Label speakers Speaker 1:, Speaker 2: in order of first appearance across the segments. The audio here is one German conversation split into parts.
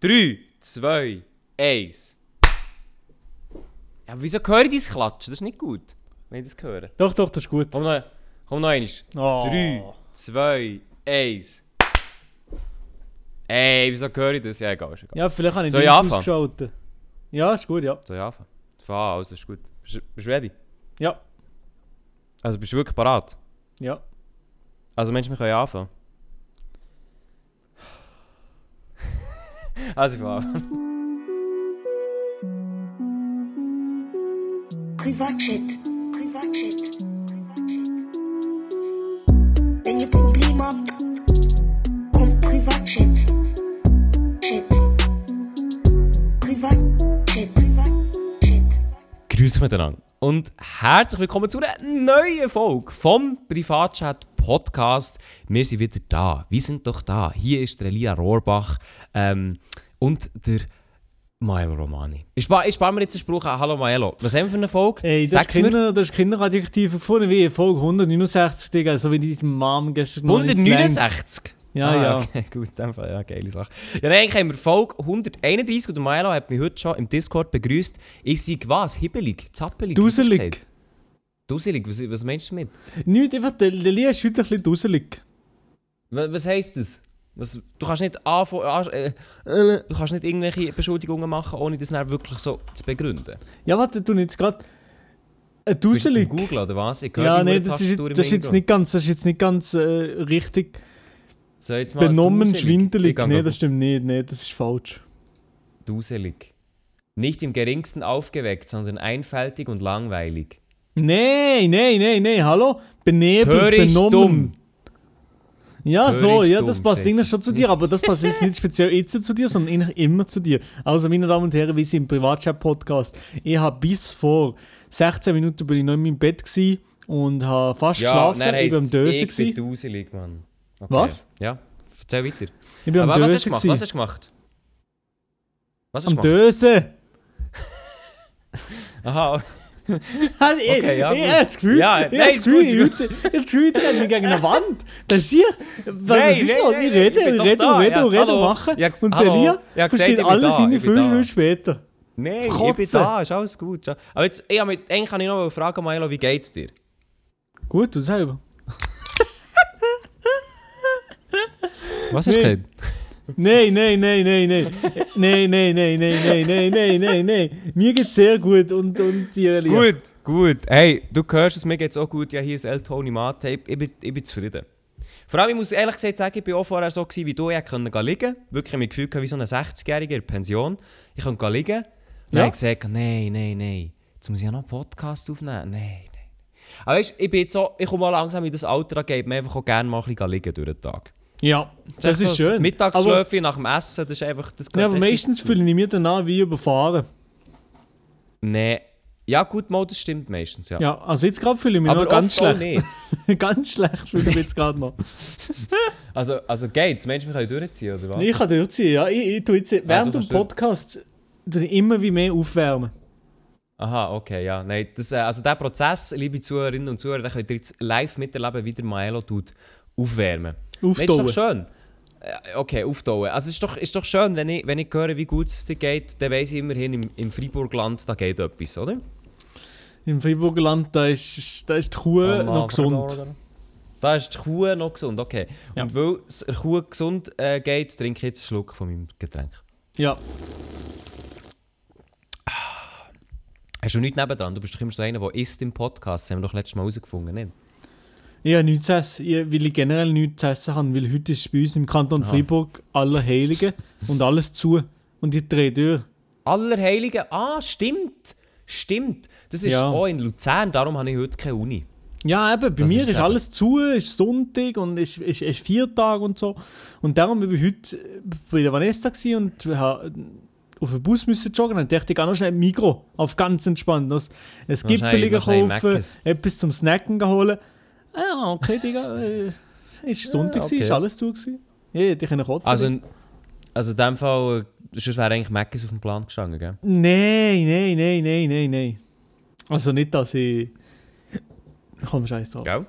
Speaker 1: 3, 2, 1. Ja, wieso höre ich dein Klatschen? Das ist nicht gut, wenn ich das höre.
Speaker 2: Doch, doch, das ist gut.
Speaker 1: Komm noch, komm noch einmal.
Speaker 2: Oh.
Speaker 1: 3, 2, 1. Ey, wieso höre ich das? Ja, egal, ist egal.
Speaker 2: Ja, vielleicht habe ich
Speaker 1: Soll ich
Speaker 2: den
Speaker 1: anfangen?
Speaker 2: ausgeschaltet. Ja, ist gut, ja.
Speaker 1: Soll ich anfangen? Fahr, alles ist gut. Bist bist du ready?
Speaker 2: Ja,
Speaker 1: Also bist du wirklich parat?
Speaker 2: ja.
Speaker 1: Also Mensch, wir können anfangen. Also ich fange an.
Speaker 3: Privatchat. Privatchat. Wenn ihr Probleme habt, kommt Privatchat. Chat. Privatchat. Privatchat.
Speaker 1: Grüß euch miteinander und herzlich willkommen zu einer neuen Folge vom Privatchat Podcast. Wir sind wieder da. Wir sind doch da. Hier ist der Elia Rohrbach ähm, und der Maelo Romani. Ich spare ich spar mir jetzt den Spruch an. Hallo Maelo. Was haben wir für eine Folge?
Speaker 2: Ey, das
Speaker 1: Sag's mir.
Speaker 2: Kinder, das Kinderadjektiv gefunden wie Folge 169, Digga, so wie die deinem Mom gestern noch nicht längst-
Speaker 1: 169.
Speaker 2: Ja,
Speaker 1: Ah,
Speaker 2: ja.
Speaker 1: Okay, gut, in dem Fall, ja, geile Sache. Ja, nein, eigentlich haben wir Folge 131 und der Milo hat mich heute schon im Discord begrüßt. Ich sage was? Hibbelig? Zappelig? Was hast du
Speaker 2: Duselig.
Speaker 1: gesagt? Duselig? Was, was meinst du damit?
Speaker 2: Nicht einfach, der der Lia ist heute ein bisschen dusselig.
Speaker 1: Wa- Was heisst das? Was, du kannst nicht anfangen, an- äh, äh, du kannst nicht irgendwelche Beschuldigungen machen, ohne das dann wirklich so zu begründen.
Speaker 2: Ja, warte, du jetzt gerade. Ein
Speaker 1: Bist du
Speaker 2: dusselig.
Speaker 1: zum Googlen oder was? Ich höre
Speaker 2: Ja,
Speaker 1: die
Speaker 2: nee,
Speaker 1: Hure
Speaker 2: das ist,
Speaker 1: Tastatur im
Speaker 2: das ist jetzt
Speaker 1: Hintergrund.
Speaker 2: nicht ganz, das ist jetzt nicht ganz äh, richtig.
Speaker 1: so, jetzt mal
Speaker 2: Benommen,
Speaker 1: duselig. Ich
Speaker 2: schwindelig.
Speaker 1: gehe
Speaker 2: Nee,
Speaker 1: grad
Speaker 2: das stimmt nicht, nee, das ist falsch.
Speaker 1: Duselig. Nicht im geringsten aufgeweckt, sondern einfältig und langweilig.
Speaker 2: Nee, nee, nee, nee, hallo? Benebelt,
Speaker 1: Töricht,
Speaker 2: benommen.
Speaker 1: dumm.
Speaker 2: Ja, so,
Speaker 1: Töricht,
Speaker 2: ja, das
Speaker 1: dumm,
Speaker 2: passt
Speaker 1: sagt
Speaker 2: eigentlich schon zu dir, aber das passt jetzt nicht speziell jetzt zu dir, sondern eigentlich immer zu dir. Also, meine Damen und Herren, wir sind im Privatchat-Podcast. Ich habe bis vor 16 Minuten bin ich noch in meinem Bett gsi und habe fast geschlafen, ich war am Dösen.
Speaker 1: ich bin
Speaker 2: gsi.
Speaker 1: duselig, Mann. Okay.
Speaker 2: Was?
Speaker 1: Ja, erzähl weiter.
Speaker 2: Ich bin am
Speaker 1: Aber was hast du gemacht?
Speaker 2: Dösen. gsi.
Speaker 1: Was hast du gemacht? Was hast du
Speaker 2: Am
Speaker 1: gemacht?
Speaker 2: Dösen.
Speaker 1: Aha,
Speaker 2: Also, ich
Speaker 1: Okay, ja,
Speaker 2: ich
Speaker 1: gut.
Speaker 2: habe das Gefühl,
Speaker 1: Ja,
Speaker 2: ich
Speaker 1: nein,
Speaker 2: habe das
Speaker 1: ist gut,
Speaker 2: Gefühl,
Speaker 1: ist
Speaker 2: ich- ich habe das Gefühl, ich renne mich gegen eine Wand. Das hier, was
Speaker 1: Nein,
Speaker 2: was ist
Speaker 1: nein,
Speaker 2: noch?
Speaker 1: nein,
Speaker 2: Ich
Speaker 1: nein,
Speaker 2: rede,
Speaker 1: ich bin
Speaker 2: ich
Speaker 1: doch
Speaker 2: rede,
Speaker 1: da,
Speaker 2: und rede,
Speaker 1: ja,
Speaker 2: und rede,
Speaker 1: hallo.
Speaker 2: machen.
Speaker 1: Ja, ges-
Speaker 2: und der
Speaker 1: hallo.
Speaker 2: Lia
Speaker 1: Ja, gesagt, ich
Speaker 2: versteht
Speaker 1: bin
Speaker 2: alles
Speaker 1: da,
Speaker 2: in
Speaker 1: ich bin
Speaker 2: fünf
Speaker 1: da.
Speaker 2: Minuten später.
Speaker 1: nein, ich bin
Speaker 2: Kotze.
Speaker 1: da, ist alles gut. ja. Aber jetzt, ich hab mit, eigentlich kann ich noch mal fragen, Milo, wie geht's dir?
Speaker 2: Gut, du selber.
Speaker 1: Was
Speaker 2: hast du
Speaker 1: gesagt?
Speaker 2: Nein, nein, nein, nein, nein. Nein, nein, nein, nein, nein, nein, nein, nein, nein. Mir geht's sehr gut und, und dir, Lia.
Speaker 1: Gut, gut. Hey, du hörst es, mir geht's auch gut. Ja, hier ist El Tony Mate. Ich, ich, bin, ich bin zufrieden. Vor allem, ich muss ehrlich gesagt sagen, ich war auch vorher so, gewesen, wie du. Ich hätte können gehen liegen Wirklich, ich habe Gefühl gehabt, wie so ein 60-Jähriger in der Pension. Ich konnte gehen liegen. Dann
Speaker 2: Ja.
Speaker 1: habe ich gesagt, nein, nein, nein. Jetzt muss ich ja noch einen Podcast aufnehmen. Nein, nein. Aber weißt, du, ich bin jetzt so, ich komme auch langsam in das Alter, da geht mir einfach auch gerne mal ein bisschen liegen durch den Tag.
Speaker 2: Ja, das ist
Speaker 1: so ein
Speaker 2: schön. Aber,
Speaker 1: Mittagsschläfchen nach dem Essen, das ist einfach... Das
Speaker 2: ja,
Speaker 1: gehört
Speaker 2: aber
Speaker 1: echt
Speaker 2: meistens
Speaker 1: dazu.
Speaker 2: fühle ich mich danach wie überfahren.
Speaker 1: Nee. Ja gut, mal, das stimmt meistens, ja.
Speaker 2: Ja, also jetzt gerade fühle ich mich
Speaker 1: Aber
Speaker 2: noch ganz
Speaker 1: oft auch
Speaker 2: schlecht. ganz schlecht fühle ich mich jetzt gerade noch.
Speaker 1: Also, also geht's? Meinst du, wir können durchziehen, oder was?
Speaker 2: Nee, ich kann durchziehen, ja. Ich, ich tu jetzt, während
Speaker 1: du
Speaker 2: dem
Speaker 1: kannst durch-
Speaker 2: Podcast tue ich immer wie mehr aufwärmen.
Speaker 1: Aha, okay, ja. Nein, das, äh, also der Prozess, liebe Zuhörerinnen und Zuhörer, den könnt ihr jetzt live miterleben, wie der Maelo tut aufwärmen. Nein, das
Speaker 2: Auftauen.
Speaker 1: ist doch schön. Äh, Okay, auftauen. Also es ist doch, ist doch schön, wenn ich, wenn ich höre, wie gut es dir geht, dann weiss ich immerhin, im, im Freiburgland, da geht etwas, oder?
Speaker 2: Im Freiburger Land, da ist, da ist die Kuh
Speaker 1: Oh Mann,
Speaker 2: noch gesund.
Speaker 1: Da ist die Kuh noch gesund, okay.
Speaker 2: Ja.
Speaker 1: Und weil es der Kuh gesund äh, geht, trinke ich jetzt einen Schluck von meinem Getränk.
Speaker 2: Ja.
Speaker 1: Hast du nichts nebendran? Du bist doch immer so einer, der isst im Podcast. Das haben wir doch letztes Mal herausgefunden, nicht?
Speaker 2: Ich habe nichts zu essen, ich, weil ich generell nichts zu essen habe, weil heute ist bei uns im Kanton Freiburg aller Heiligen und alles zu. Und ich drehe durch.
Speaker 1: Allerheiligen. Ah, stimmt. Stimmt. Das ist
Speaker 2: Ja.
Speaker 1: auch in Luzern, darum habe ich heute keine Uni.
Speaker 2: Ja, eben, bei
Speaker 1: Das
Speaker 2: mir
Speaker 1: ist
Speaker 2: ist,
Speaker 1: eben-
Speaker 2: alles zu, ist Sonntag und ist, ist, ist Viertag und so. Und darum bin ich heute bei der Vanessa gewesen und habe auf den Bus müssen joggen. Dann dachte ich, auch noch schnell ein Mikro auf ganz entspannt. Noch Ein Gipfeli
Speaker 1: noch schnell
Speaker 2: kaufen,
Speaker 1: Mc's.
Speaker 2: etwas zum Snacken holen. Ah, okay, Digga. äh, Ist Sonntag, gewesen,
Speaker 1: okay.
Speaker 2: ist alles zu. Gewesen. Ja, hätte ich können kotzen.
Speaker 1: Also, in- also in dem Fall, äh, sonst wäre eigentlich Meckes auf dem Plan gestanden, gell?
Speaker 2: Nein, nein, nein, nein, nein, nein. Also nicht, dass ich. Komm, scheiß drauf.
Speaker 1: Gell?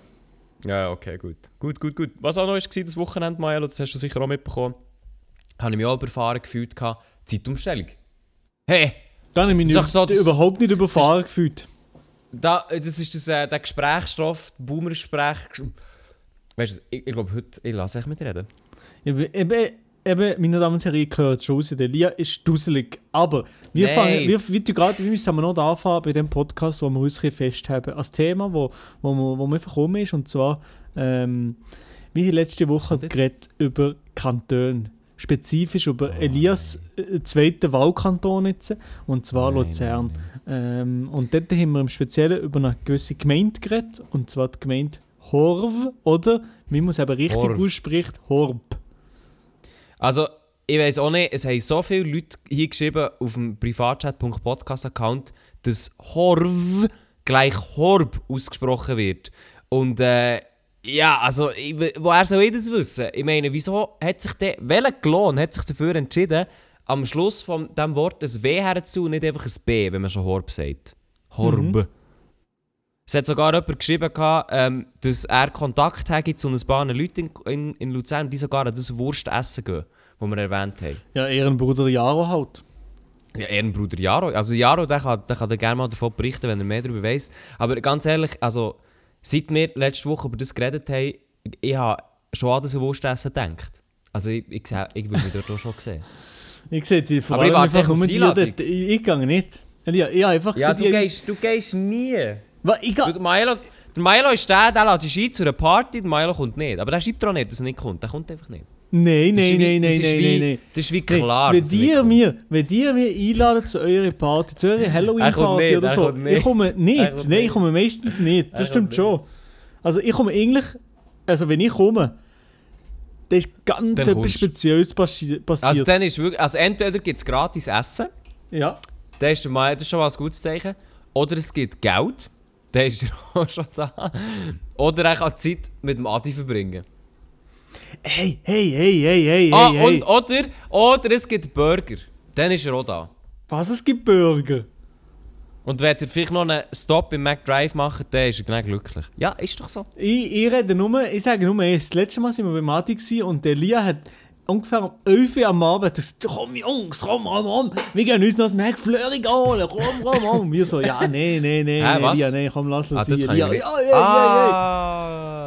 Speaker 1: Ja, okay, gut. Gut, gut, gut. Was auch noch war das Wochenende, Maelo, das hast du sicher auch mitbekommen. habe ich mich auch überfahren gefühlt. Gehabt. Zeitumstellung. Hey,
Speaker 2: Dann habe ich mich
Speaker 1: Sag so, das-
Speaker 2: überhaupt nicht überfahren gefühlt.
Speaker 1: da, das ist das, äh, der Gesprächsstoff, der Boomer-Gespräch. Weißt du, ich, ich glaube, heute, ich lasse euch mitreden.
Speaker 2: Eben, eben, eben, meine Damen und Herren, ihr hört schon raus, der Lia ist dusselig. Aber wir
Speaker 1: Nein.
Speaker 2: fangen, wir, wie du gerade, wir müssen wir noch anfangen bei dem Podcast, wo wir uns ein bisschen festhalten. Als Thema, wo, wo, wo, wo mir verkommen ist, und zwar, ähm, wie ich letzte Woche
Speaker 1: jetzt?
Speaker 2: geredet über Kantone. Spezifisch über
Speaker 1: Ah,
Speaker 2: Elias äh, zweiten Wahlkanton jetzt, und zwar Luzern. Ähm, und dort haben wir im Speziellen über eine gewisse Gemeinde geredet, und zwar die Gemeinde Horv, oder, wie man es eben richtig
Speaker 1: Horv.
Speaker 2: ausspricht, Horb.
Speaker 1: Also, ich weiß auch nicht, es haben so viele Leute hier geschrieben auf dem privatchat.podcast-Account, dass Horv gleich Horb ausgesprochen wird. Und äh, ja, also, ich, woher soll ich das wissen? Ich meine, wieso hat sich der, welcher Klon hat sich dafür entschieden, am Schluss von dem Wort ein W herzu und nicht einfach ein B, wenn man schon Horb sagt? Horb. Es hat sogar jemand geschrieben, gehabt, ähm, dass er Kontakt hat zu ein paar Leuten in, in, in Luzern, die sogar an das Wurst essen gehen, das wir erwähnt haben.
Speaker 2: Ja, Ehrenbruder Jaro halt.
Speaker 1: Ja, Ehrenbruder Jaro. Also Jaro, der kann, der kann dann gerne mal davon berichten, wenn er mehr darüber weiss. Aber ganz ehrlich, also, seit wir letzte Woche über das geredet haben, ich habe schon an das Wurstessen gedacht. Also ich, ich, seh- ich würde mich dort auch schon sehen.
Speaker 2: Ich sehe die vor
Speaker 1: Aber ich
Speaker 2: allem
Speaker 1: warte
Speaker 2: einfach
Speaker 1: auf
Speaker 2: nur
Speaker 1: die
Speaker 2: die
Speaker 1: Einladung.
Speaker 2: dort. Ich, ich gehe nicht. Ja, ich habe einfach zu dir-
Speaker 1: du gehst nie.
Speaker 2: Wa- Ich
Speaker 1: Schau,
Speaker 2: gehe...
Speaker 1: Milo, der Milo ist der, der lädt dich ein zu einer Party, der Milo kommt nicht. Aber der schreibt auch nicht, dass er nicht kommt. Der kommt einfach nicht.
Speaker 2: Nein, nein,
Speaker 1: Das ist wie-
Speaker 2: nein, nein,
Speaker 1: das
Speaker 2: nein,
Speaker 1: ist wie-
Speaker 2: nein, nein.
Speaker 1: Das ist wie
Speaker 2: Nein,
Speaker 1: klar.
Speaker 2: wenn
Speaker 1: dass er
Speaker 2: die
Speaker 1: nicht kommt.
Speaker 2: mir, wenn die mir einladen zu eurer Party, zu eurer
Speaker 1: Er kommt
Speaker 2: Halloween-Party
Speaker 1: nicht,
Speaker 2: oder
Speaker 1: er
Speaker 2: so,
Speaker 1: kommt nicht.
Speaker 2: ich komme
Speaker 1: Er
Speaker 2: nicht.
Speaker 1: kommt
Speaker 2: Nein, ich
Speaker 1: nicht.
Speaker 2: komme meistens nicht. Das
Speaker 1: Er
Speaker 2: stimmt
Speaker 1: kommt
Speaker 2: schon. Also ich komme eigentlich, also wenn ich komme, dann ist ganz
Speaker 1: Dann
Speaker 2: etwas
Speaker 1: kommst du.
Speaker 2: Spezielles passi- passiert.
Speaker 1: Also, dann ist wirklich, also entweder gibt es gratis Essen,
Speaker 2: ja.
Speaker 1: dann ist der Milo, das ist schon mal ein gutes Zeichen. Oder es gibt Geld, dann ist er auch schon da. Oder er kann Zeit mit dem Adi verbringen.
Speaker 2: Hey, hey, hey, hey, hey,
Speaker 1: ah,
Speaker 2: hey, hey.
Speaker 1: Und, oder, oder es gibt Burger, dann ist er auch da.
Speaker 2: Was, es gibt Burger?
Speaker 1: Und wenn ihr vielleicht noch einen Stop im McDrive macht, dann ist er genau glücklich. Ja, ist doch so.
Speaker 2: Ich, ich rede nur, ich sage nur, ey, das letzte Mal sind wir bei Mati gewesen und der Lia hat ungefähr um 11 Uhr am Abend gesagt, komm Jungs, komm, komm, komm, wir gehen uns noch das McFlurry holen, komm, komm, komm. Und wir so, ja, nee, nee, nee,
Speaker 1: Hä,
Speaker 2: nee,
Speaker 1: was?
Speaker 2: Lia, nee, komm, lass
Speaker 1: Ah,
Speaker 2: uns
Speaker 1: das kann ich
Speaker 2: Lia,
Speaker 1: nicht.
Speaker 2: ja, ja, ja,
Speaker 1: ah.
Speaker 2: ja.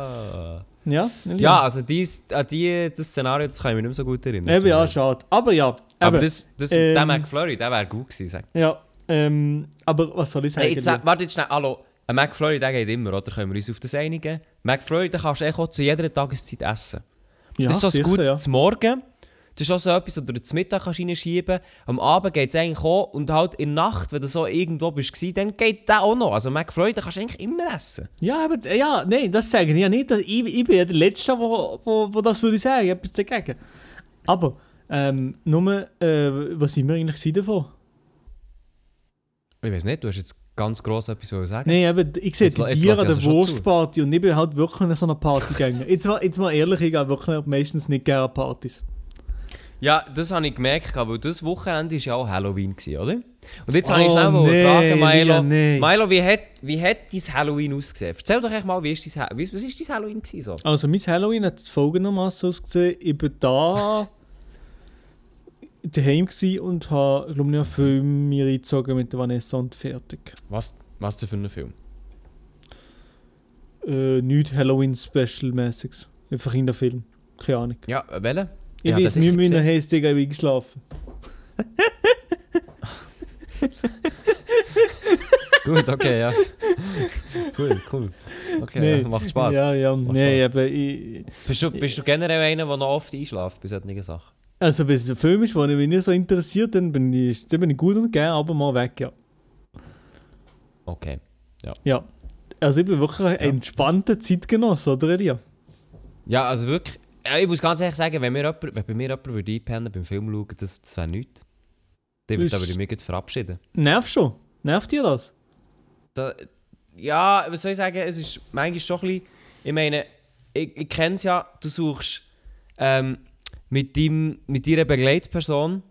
Speaker 2: Ja,
Speaker 1: Ja,
Speaker 2: Lia.
Speaker 1: also dies, an die, eh, das Szenario das kann ich mich nicht mehr so gut erinnern.
Speaker 2: Eben, ja, schade. Aber ja,
Speaker 1: Aber
Speaker 2: eben,
Speaker 1: das, das,
Speaker 2: ähm,
Speaker 1: der McFlurry, der wäre gut gewesen, sag ich.
Speaker 2: ja, ähm, aber was soll ich sagen?
Speaker 1: Hey, jetzt,
Speaker 2: Lia?
Speaker 1: sag- warte jetzt schnell, hallo. Ein McFlurry, der geht immer, oder? Können wir uns auf das einigen? McFlurry, den kannst du echt auch zu jeder Tageszeit essen.
Speaker 2: ja,
Speaker 1: das ist so
Speaker 2: sicher,
Speaker 1: ein gutes
Speaker 2: ja.
Speaker 1: zum Morgen. Das ist auch so etwas, oder zum Mittag kannst du reinschieben. Am Abend geht es eigentlich auch. Und halt in der Nacht, wenn du so irgendwo bist, gewesen, dann geht der auch noch. Also McFlurry, den kannst du eigentlich immer essen.
Speaker 2: Ja, aber äh, ja, nein, das sage ich ja nicht. Dass ich, ich bin ja der Letzte, wo, wo, wo das würde ich sagen. Ich habe etwas dagegen. Aber, ähm, nur, äh, was sind wir eigentlich gewesen davon?
Speaker 1: Ich weiß nicht, du hast jetzt ganz gross etwas wollen sagen.
Speaker 2: Nein, aber ich sehe
Speaker 1: Jetzt
Speaker 2: die
Speaker 1: la- jetzt
Speaker 2: Tiere
Speaker 1: lasse
Speaker 2: an
Speaker 1: ich
Speaker 2: der
Speaker 1: also schon
Speaker 2: Wurstparty und ich bin halt wirklich an so einer Party gegangen. Jetzt mal, jetzt mal ehrlich, ich gehe wirklich meistens nicht gerne an Partys.
Speaker 1: Ja, das habe ich gemerkt, weil das Wochenende war ja auch Halloween, gewesen, oder? Und jetzt habe ich
Speaker 2: Oh,
Speaker 1: schnell mal
Speaker 2: nee,
Speaker 1: fragen, Milo.
Speaker 2: Lia, nee.
Speaker 1: Milo, wie hat, wie hat dein Halloween ausgesehen? Erzähl doch echt mal, wie ist dein, Ha- wie, was ist dein Halloween gewesen, so?
Speaker 2: Also, mein Halloween hat folgendermaßen ausgesehen. Ich bin da daheim gewesen und habe, glaube ich, einen Film mir eingezogen mit der Vanessa und fertig.
Speaker 1: Was, was denn für ein Film?
Speaker 2: äh, nichts Halloween-Special-mäßiges. Einfach in der Film. Keine Ahnung.
Speaker 1: Ja, äh, welchen?
Speaker 2: Ich
Speaker 1: Ja,
Speaker 2: weiß
Speaker 1: das
Speaker 2: nicht
Speaker 1: ich
Speaker 2: mehr, wie er
Speaker 1: gesehen.
Speaker 2: heißt, Digga, ich bin geschlafen.
Speaker 1: Gut, okay, ja. cool, cool. Okay,
Speaker 2: Nee.
Speaker 1: ja, macht Spaß.
Speaker 2: Ja, ja,
Speaker 1: Macht
Speaker 2: nee,
Speaker 1: Spaß.
Speaker 2: aber ich...
Speaker 1: Bist, du, bist du generell einer, der noch oft einschläft bei solchen Sachen?
Speaker 2: Also, wenn es ein Film ist, der mich nicht so interessiert, dann bin ich, dann bin ich gut und gern, aber mal weg, ja.
Speaker 1: Okay.
Speaker 2: Ja. Also, ich bin wirklich ein entspannter Zeitgenosse, oder, Elia?
Speaker 1: Ja, also wirklich, ja, ich muss ganz ehrlich sagen, wenn, mir jemand, wenn bei mir jemand würde einpennen beim Film schauen, das, das wäre nichts. Dann würde
Speaker 2: Das-
Speaker 1: ich mich gleich verabschieden.
Speaker 2: Nervt schon. Nervt dir das?
Speaker 1: Da, ja, was soll ich sagen, es ist manchmal schon ein bisschen, ich meine, ich, ich kenne es ja, du suchst ähm, mit, deinem, mit deiner Begleitperson,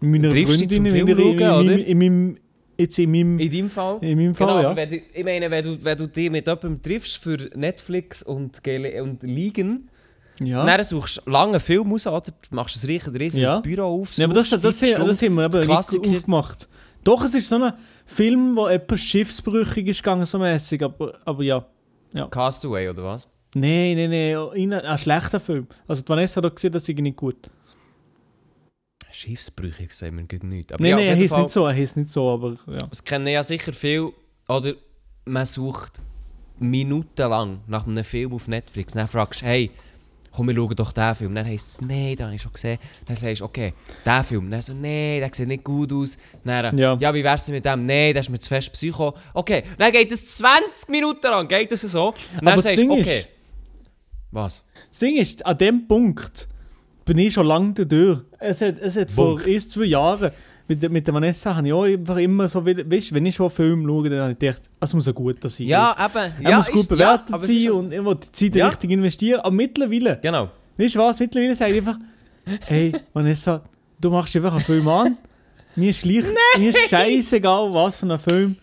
Speaker 2: Mit meiner
Speaker 1: Triffst du dich
Speaker 2: Freundin,
Speaker 1: zum
Speaker 2: in,
Speaker 1: Film
Speaker 2: in, in,
Speaker 1: schauen,
Speaker 2: meinem-
Speaker 1: oder?
Speaker 2: in meinem... Jetzt in meinem...
Speaker 1: in deinem Fall.
Speaker 2: In meinem Fall,
Speaker 1: genau,
Speaker 2: ja.
Speaker 1: aber wenn du, ich meine, wenn du, wenn du dich mit jemandem triffst für Netflix und, Gele- und Liegen,
Speaker 2: Ja.
Speaker 1: Dann suchst du lange einen Film raus, oder? Du machst ein riesen, riesiges
Speaker 2: Ah. Ja.
Speaker 1: Büro auf.
Speaker 2: Ja, aber das, das,
Speaker 1: suchst
Speaker 2: das,
Speaker 1: vier
Speaker 2: das, das haben wir eben nicht
Speaker 1: Klassiker.
Speaker 2: aufgemacht. Doch, es ist so ein Film, wo etwas schiffsbrüchig ist gegangen, so mäßig, aber, aber ja.
Speaker 1: Stunden Castaway, oder was?
Speaker 2: Nein, nein, nein, ein, ein schlechter Film. Also die Vanessa hat auch gesehen, das ist nicht gut.
Speaker 1: Schiffsbrüchig sagen wir gut nicht. Aber
Speaker 2: Nein,
Speaker 1: ja, auf
Speaker 2: nein, er
Speaker 1: jeden
Speaker 2: hieß
Speaker 1: Fall-
Speaker 2: nicht so, er hieß nicht so, aber ja.
Speaker 1: Es kennen ja sicher viel, oder man sucht minutenlang nach einem Film auf Netflix. Dann fragst du, hey, komm, wir schauen doch diesen Film. Dann heisst es, nein, den habe ich schon gesehen. Dann sagst du, okay, diesen Film. Dann so, nein, der sieht nicht gut aus. Dann, ja.
Speaker 2: Ja.
Speaker 1: wie wär's denn mit dem? Nein, der ist mir zu fest Psycho. Okay, dann geht es 20 Minuten lang, geht es so. Dann
Speaker 2: Aber das
Speaker 1: sagst
Speaker 2: Ding
Speaker 1: du,
Speaker 2: ist-
Speaker 1: okay. Was?
Speaker 2: Das Ding ist, an dem Punkt bin ich schon lange dadurch. Es hat, es hat vor
Speaker 1: Punkt.
Speaker 2: erst zwei Jahren, mit, der- mit der Vanessa habe ich auch einfach immer so, wieder- weißt du, wenn ich schon einen Film schaue, dann habe ich gedacht, es muss ein guter sein.
Speaker 1: Ja, eben.
Speaker 2: Er
Speaker 1: ja,
Speaker 2: muss gut
Speaker 1: ist-
Speaker 2: bewertet
Speaker 1: ja, aber es ist
Speaker 2: sein
Speaker 1: auch-
Speaker 2: und ich will die Zeit
Speaker 1: Ja.
Speaker 2: richtig investieren. Aber mittlerweile,
Speaker 1: Genau.
Speaker 2: weißt du was, mittlerweile sage ich einfach, hey Vanessa, du machst einfach einen Film an. Mir ist gleich, mir ist scheißegal, was für ein Film.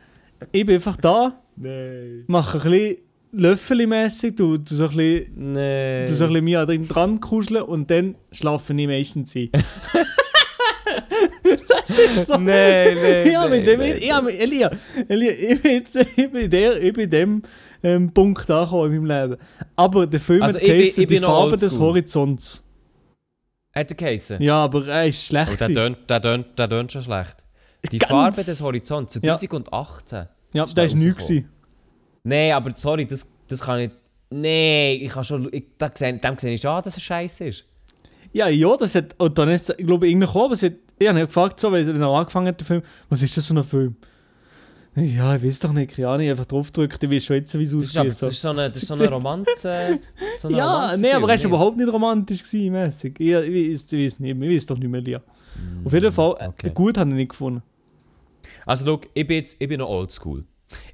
Speaker 2: Ich bin einfach da,
Speaker 1: Nein.
Speaker 2: mache ein bisschen Löffeli-mässig, du, du so ein bisschen,
Speaker 1: Nein.
Speaker 2: du so ein bisschen mir dran- dran kuscheln und dann schlafe ich meistens ein. das ist so...
Speaker 1: Nein, nein.
Speaker 2: Ja,
Speaker 1: nein,
Speaker 2: mit dem,
Speaker 1: nein.
Speaker 2: ja, mit Elia, Elia, ich bin jetzt, ich bin der, ich bin dem ähm, Punkt angekommen in meinem Leben. Aber der Film
Speaker 1: Also
Speaker 2: hat
Speaker 1: ich bin-
Speaker 2: geheißen
Speaker 1: ich bin
Speaker 2: die
Speaker 1: noch
Speaker 2: Farbe des
Speaker 1: oldschool.
Speaker 2: Horizonts.
Speaker 1: Hat er geheissen?
Speaker 2: Ja, aber er ist
Speaker 1: Oh,
Speaker 2: schlecht.
Speaker 1: der
Speaker 2: gewesen.
Speaker 1: tönt, der tönt, der tönt schon schlecht. Die
Speaker 2: Ganz-
Speaker 1: Farbe des Horizonts,
Speaker 2: Ja.
Speaker 1: 2018.
Speaker 2: ja,
Speaker 1: ist
Speaker 2: der ist
Speaker 1: der
Speaker 2: neu gewesen.
Speaker 1: Nein, aber sorry, das, das kann ich... Nein, ich kann schon... Ich, da gesehen, dem sehe ich schon, an, dass er scheiße ist.
Speaker 2: Ja, ja, das hat, und dann ist, ich glaube, irgendwann gekommen, aber sie hat, ich habe ihn gefragt, so, weil er angefangen hat, der Film, was ist das für ein Film? Ja, ich weiß doch nicht, keine Ahnung, einfach draufgedrückt, ich weiß schon jetzt, wie es
Speaker 1: Das ist, aber,
Speaker 2: aussieht.
Speaker 1: das
Speaker 2: So.
Speaker 1: ist so eine, das ist so eine Romanze... So eine
Speaker 2: Ja,
Speaker 1: Romanzenfilm,
Speaker 2: nee, aber er war
Speaker 1: nicht?
Speaker 2: überhaupt nicht romantisch, gewesen, mäßig. Ich, ich, ich weiß nicht, ich weiß doch nicht mehr, Lia. Auf jeden Fall, äh,
Speaker 1: Mm, okay.
Speaker 2: gut habe ich nicht gefunden.
Speaker 1: Also schau, ich bin, jetzt, ich bin noch oldschool.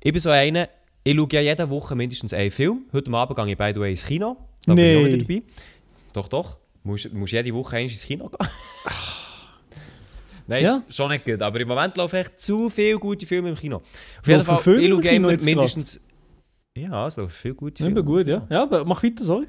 Speaker 1: Ich bin so einer, ich schaue ja jede Woche mindestens einen Film. Heute Abend gehe ich by the way ins Kino. Da bin ich
Speaker 2: Nee.
Speaker 1: auch wieder dabei. Doch, doch. Du musst, musst jede Woche eins ins Kino gehen. Nein,
Speaker 2: Ja.
Speaker 1: ist schon nicht gut. Aber im Moment laufen echt zu viele gute Filme im Kino. Auf
Speaker 2: Laufen Filme
Speaker 1: ich
Speaker 2: im
Speaker 1: schaue
Speaker 2: Kino
Speaker 1: immer
Speaker 2: jetzt
Speaker 1: mindestens... Ja, so viele gute
Speaker 2: Ja,
Speaker 1: Filme.
Speaker 2: aber gut, ja. Ja, aber mach weiter, sorry.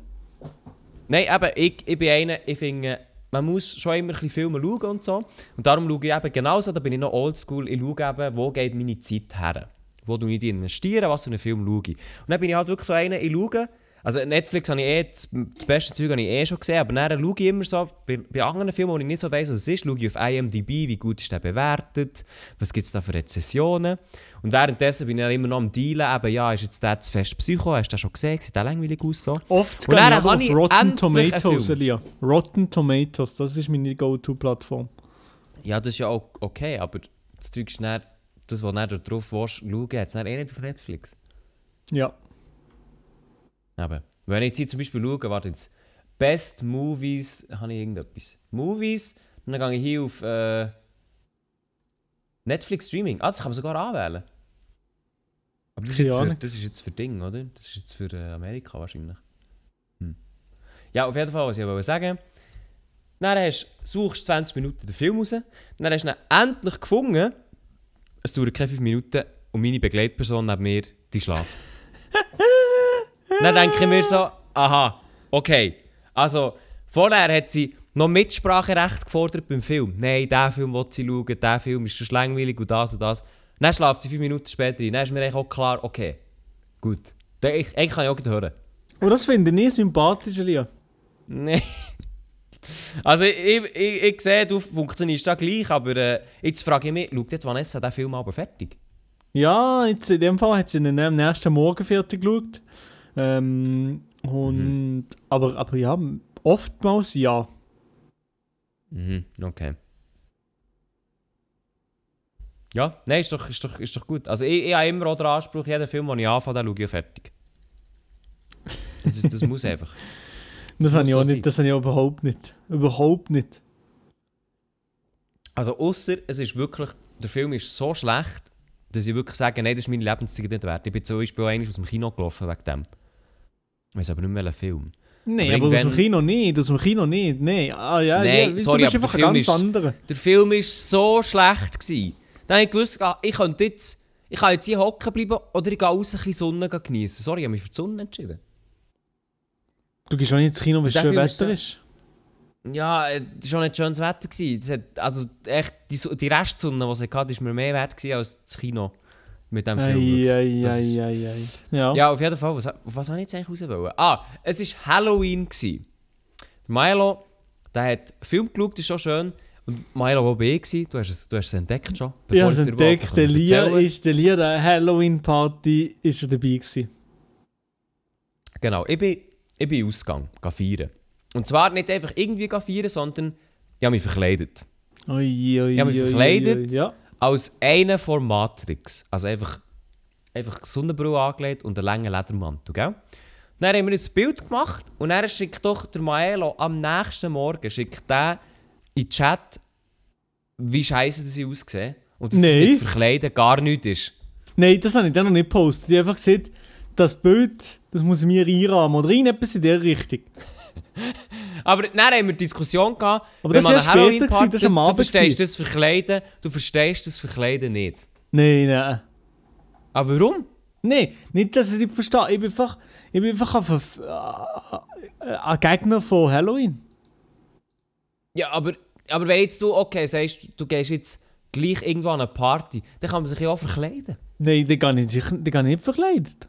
Speaker 1: Nein, eben, ich, ich bin einer, ich finde, man muss schon immer ein bisschen Filme schauen und so. Und darum schaue ich eben genauso, da bin ich noch oldschool, ich schaue eben, wo geht meine Zeit her. Wo du ich die investieren, was für einen Film schaue ich. Und dann bin ich halt wirklich so einer, ich schaue, also Netflix habe ich eh, das, das beste Zeug habe ich eh schon gesehen, aber dann schaue ich immer so, bei, bei anderen Filmen, wo ich nicht so weiss, was es ist, schaue ich auf IMDb, wie gut ist der bewertet, was gibt es da für Rezessionen. Und währenddessen bin ich dann immer noch am Dealen, eben, ja, ist jetzt der zu fest Psycho, hast du den schon gesehen, sieht der langweilig aus so.
Speaker 2: Oft
Speaker 1: Und
Speaker 2: gehe ich
Speaker 1: dann
Speaker 2: aber
Speaker 1: habe
Speaker 2: auf
Speaker 1: ich
Speaker 2: Rotten
Speaker 1: endlich einen
Speaker 2: Tomatoes,
Speaker 1: Film.
Speaker 2: Elia. Rotten Tomatoes, das ist meine Go-To-Plattform.
Speaker 1: Ja, das ist ja auch okay, aber das Zeug ist dann, das, was du dann drauf willst, schauen, hat es dann eh nicht auf Netflix.
Speaker 2: Ja.
Speaker 1: Aber wenn ich jetzt hier zum Beispiel schaue, warte jetzt, Best Movies, habe ich irgendetwas. Movies, und dann gehe ich hier auf äh, Netflix Streaming. Ah, das kann man sogar anwählen. Aber das ist,
Speaker 2: Keine
Speaker 1: jetzt für,
Speaker 2: Ahnung.
Speaker 1: das ist jetzt für Ding, oder? Das ist jetzt für äh, Amerika wahrscheinlich. Hm. Ja, auf jeden Fall, was ich wollte sagen. Dann hast, suchst 20 Minuten den Film raus. Dann hast du ihn endlich gefunden. Es dauert keine 5 Minuten und meine Begleitperson neben mir, die schlaft. dann denke ich mir so, aha, okay. Also, vorher hat sie noch Mitspracherecht gefordert beim Film. Nein, diesen Film will sie schauen, dieser Film ist schon langweilig und das und das. Dann schlaft sie 5 Minuten später ein. Dann ist mir eigentlich auch klar, okay, gut. Dann- Ich, ich kann ja auch gleich hören.
Speaker 2: Und das finde ich sympathisch, Elia.
Speaker 1: Nein. Also ich, ich, ich, ich sehe, du funktionierst da gleich, aber äh, jetzt frage ich mich, schaut jetzt Vanessa den Film aber fertig?
Speaker 2: Ja, jetzt in dem Fall hat sie ihn am nächsten Morgen fertig geschaut. Ähm, und, aber, aber ja, oftmals ja.
Speaker 1: Mhm, okay. Ja, nein, ist doch, ist doch, ist doch gut. Also ich, ich habe immer auch den Anspruch, jeden Film, den ich anfange, den schaue ich fertig. Das, ist, das muss einfach.
Speaker 2: Das,
Speaker 1: Das
Speaker 2: habe
Speaker 1: muss
Speaker 2: ich auch
Speaker 1: so sein.
Speaker 2: nicht, das habe ich auch überhaupt nicht. Überhaupt nicht.
Speaker 1: Also außer es ist wirklich, der Film ist so schlecht, dass ich wirklich sage, nein, das ist meine Lebenszeit nicht wert. Ich bin zum Beispiel auch einmal aus dem Kino gelaufen wegen dem. Ich weiß aber nicht mehr, welchen Film.
Speaker 2: Nein,
Speaker 1: Aber
Speaker 2: aber aus dem
Speaker 1: irgendwann-
Speaker 2: Kino nicht, aus dem Kino nicht, nein. Ah, ja,
Speaker 1: Nein,
Speaker 2: ja, weißt
Speaker 1: sorry,
Speaker 2: du bist
Speaker 1: aber der
Speaker 2: einfach ein
Speaker 1: Film
Speaker 2: ganz
Speaker 1: ist-
Speaker 2: anderer.
Speaker 1: Der Film war so schlecht. Gewesen. Dann habe ich gewusst, ah, ich könnte jetzt, ich kann jetzt hier hocken bleiben oder ich gehe raus ein bisschen Sonne genießen. Sorry, ich habe mich für die Sonne entschieden.
Speaker 2: Du gehst auch nicht ins Kino, wenn es
Speaker 1: Der
Speaker 2: schön
Speaker 1: Film ist
Speaker 2: Wetter
Speaker 1: so-
Speaker 2: ist.
Speaker 1: Ja, äh, das war auch nicht schönes Wetter. Gewesen. Das hat, also echt, die, Su- die Restsonne, die es hatte, war mir mehr wert gewesen als das Kino mit dem Film.
Speaker 2: Ei, ei,
Speaker 1: Das-
Speaker 2: ei, ei, ei. Ja.
Speaker 1: Ja, auf jeden Fall. Was, auf was wollte ich jetzt eigentlich raus? Wollen? Ah, es war Halloween. Gewesen. Der Milo, der hat einen Film geschaut, das ist schon schön. Und Milo, wo bin ich? gewesen? Du hast es, du hast es entdeckt schon.
Speaker 2: Ich habe es
Speaker 1: ich es dir
Speaker 2: entdeckt,
Speaker 1: überhaupt
Speaker 2: also der
Speaker 1: erzählen
Speaker 2: Lia
Speaker 1: konnte.
Speaker 2: ist, der Lia, der Halloween-Party, ist er dabei gewesen.
Speaker 1: Genau, ich bin, ich bin ausgegangen, gehe feiern. Und zwar nicht einfach irgendwie gehen feiern, sondern ich habe mich verkleidet.
Speaker 2: Oi, oi,
Speaker 1: Ich habe mich
Speaker 2: oi, oi,
Speaker 1: verkleidet.
Speaker 2: oi. Ja.
Speaker 1: Als einer von Matrix. Also einfach, einfach Sonnenbrille angelegt und einen langen Ledermantel, gell? Dann haben wir ein Bild gemacht und dann schickt doch der Maelo am nächsten Morgen schickt der in den Chat, wie scheiße das ausgesehen und dass
Speaker 2: Nein.
Speaker 1: es mit Verkleiden gar nichts ist.
Speaker 2: Nein, das habe ich dann noch nicht gepostet. Ich habe einfach gesagt, das Bild, das muss ich mir einrahmen. Oder irgendetwas in der Richtung.
Speaker 1: Aber dann haben wir die Diskussion gehabt,
Speaker 2: Aber
Speaker 1: wenn
Speaker 2: das
Speaker 1: man
Speaker 2: war ja
Speaker 1: an Halloween
Speaker 2: später
Speaker 1: Party-
Speaker 2: gewesen, das war am
Speaker 1: Du
Speaker 2: Abend
Speaker 1: verstehst das Verkleiden, du verstehst das Verkleiden nicht.
Speaker 2: Nein, nein.
Speaker 1: Aber warum?
Speaker 2: Nein, nicht, dass ich es nicht verstehe. Ich bin einfach, ich bin einfach ein, Verf- äh, äh, ein Gegner von Halloween.
Speaker 1: Ja, aber, aber wenn jetzt du, okay, sagst, du gehst jetzt gleich irgendwo an eine Party, dann kann man sich ja auch verkleiden.
Speaker 2: Nein, den kann ich, sicher- den kann ich nicht verkleidet.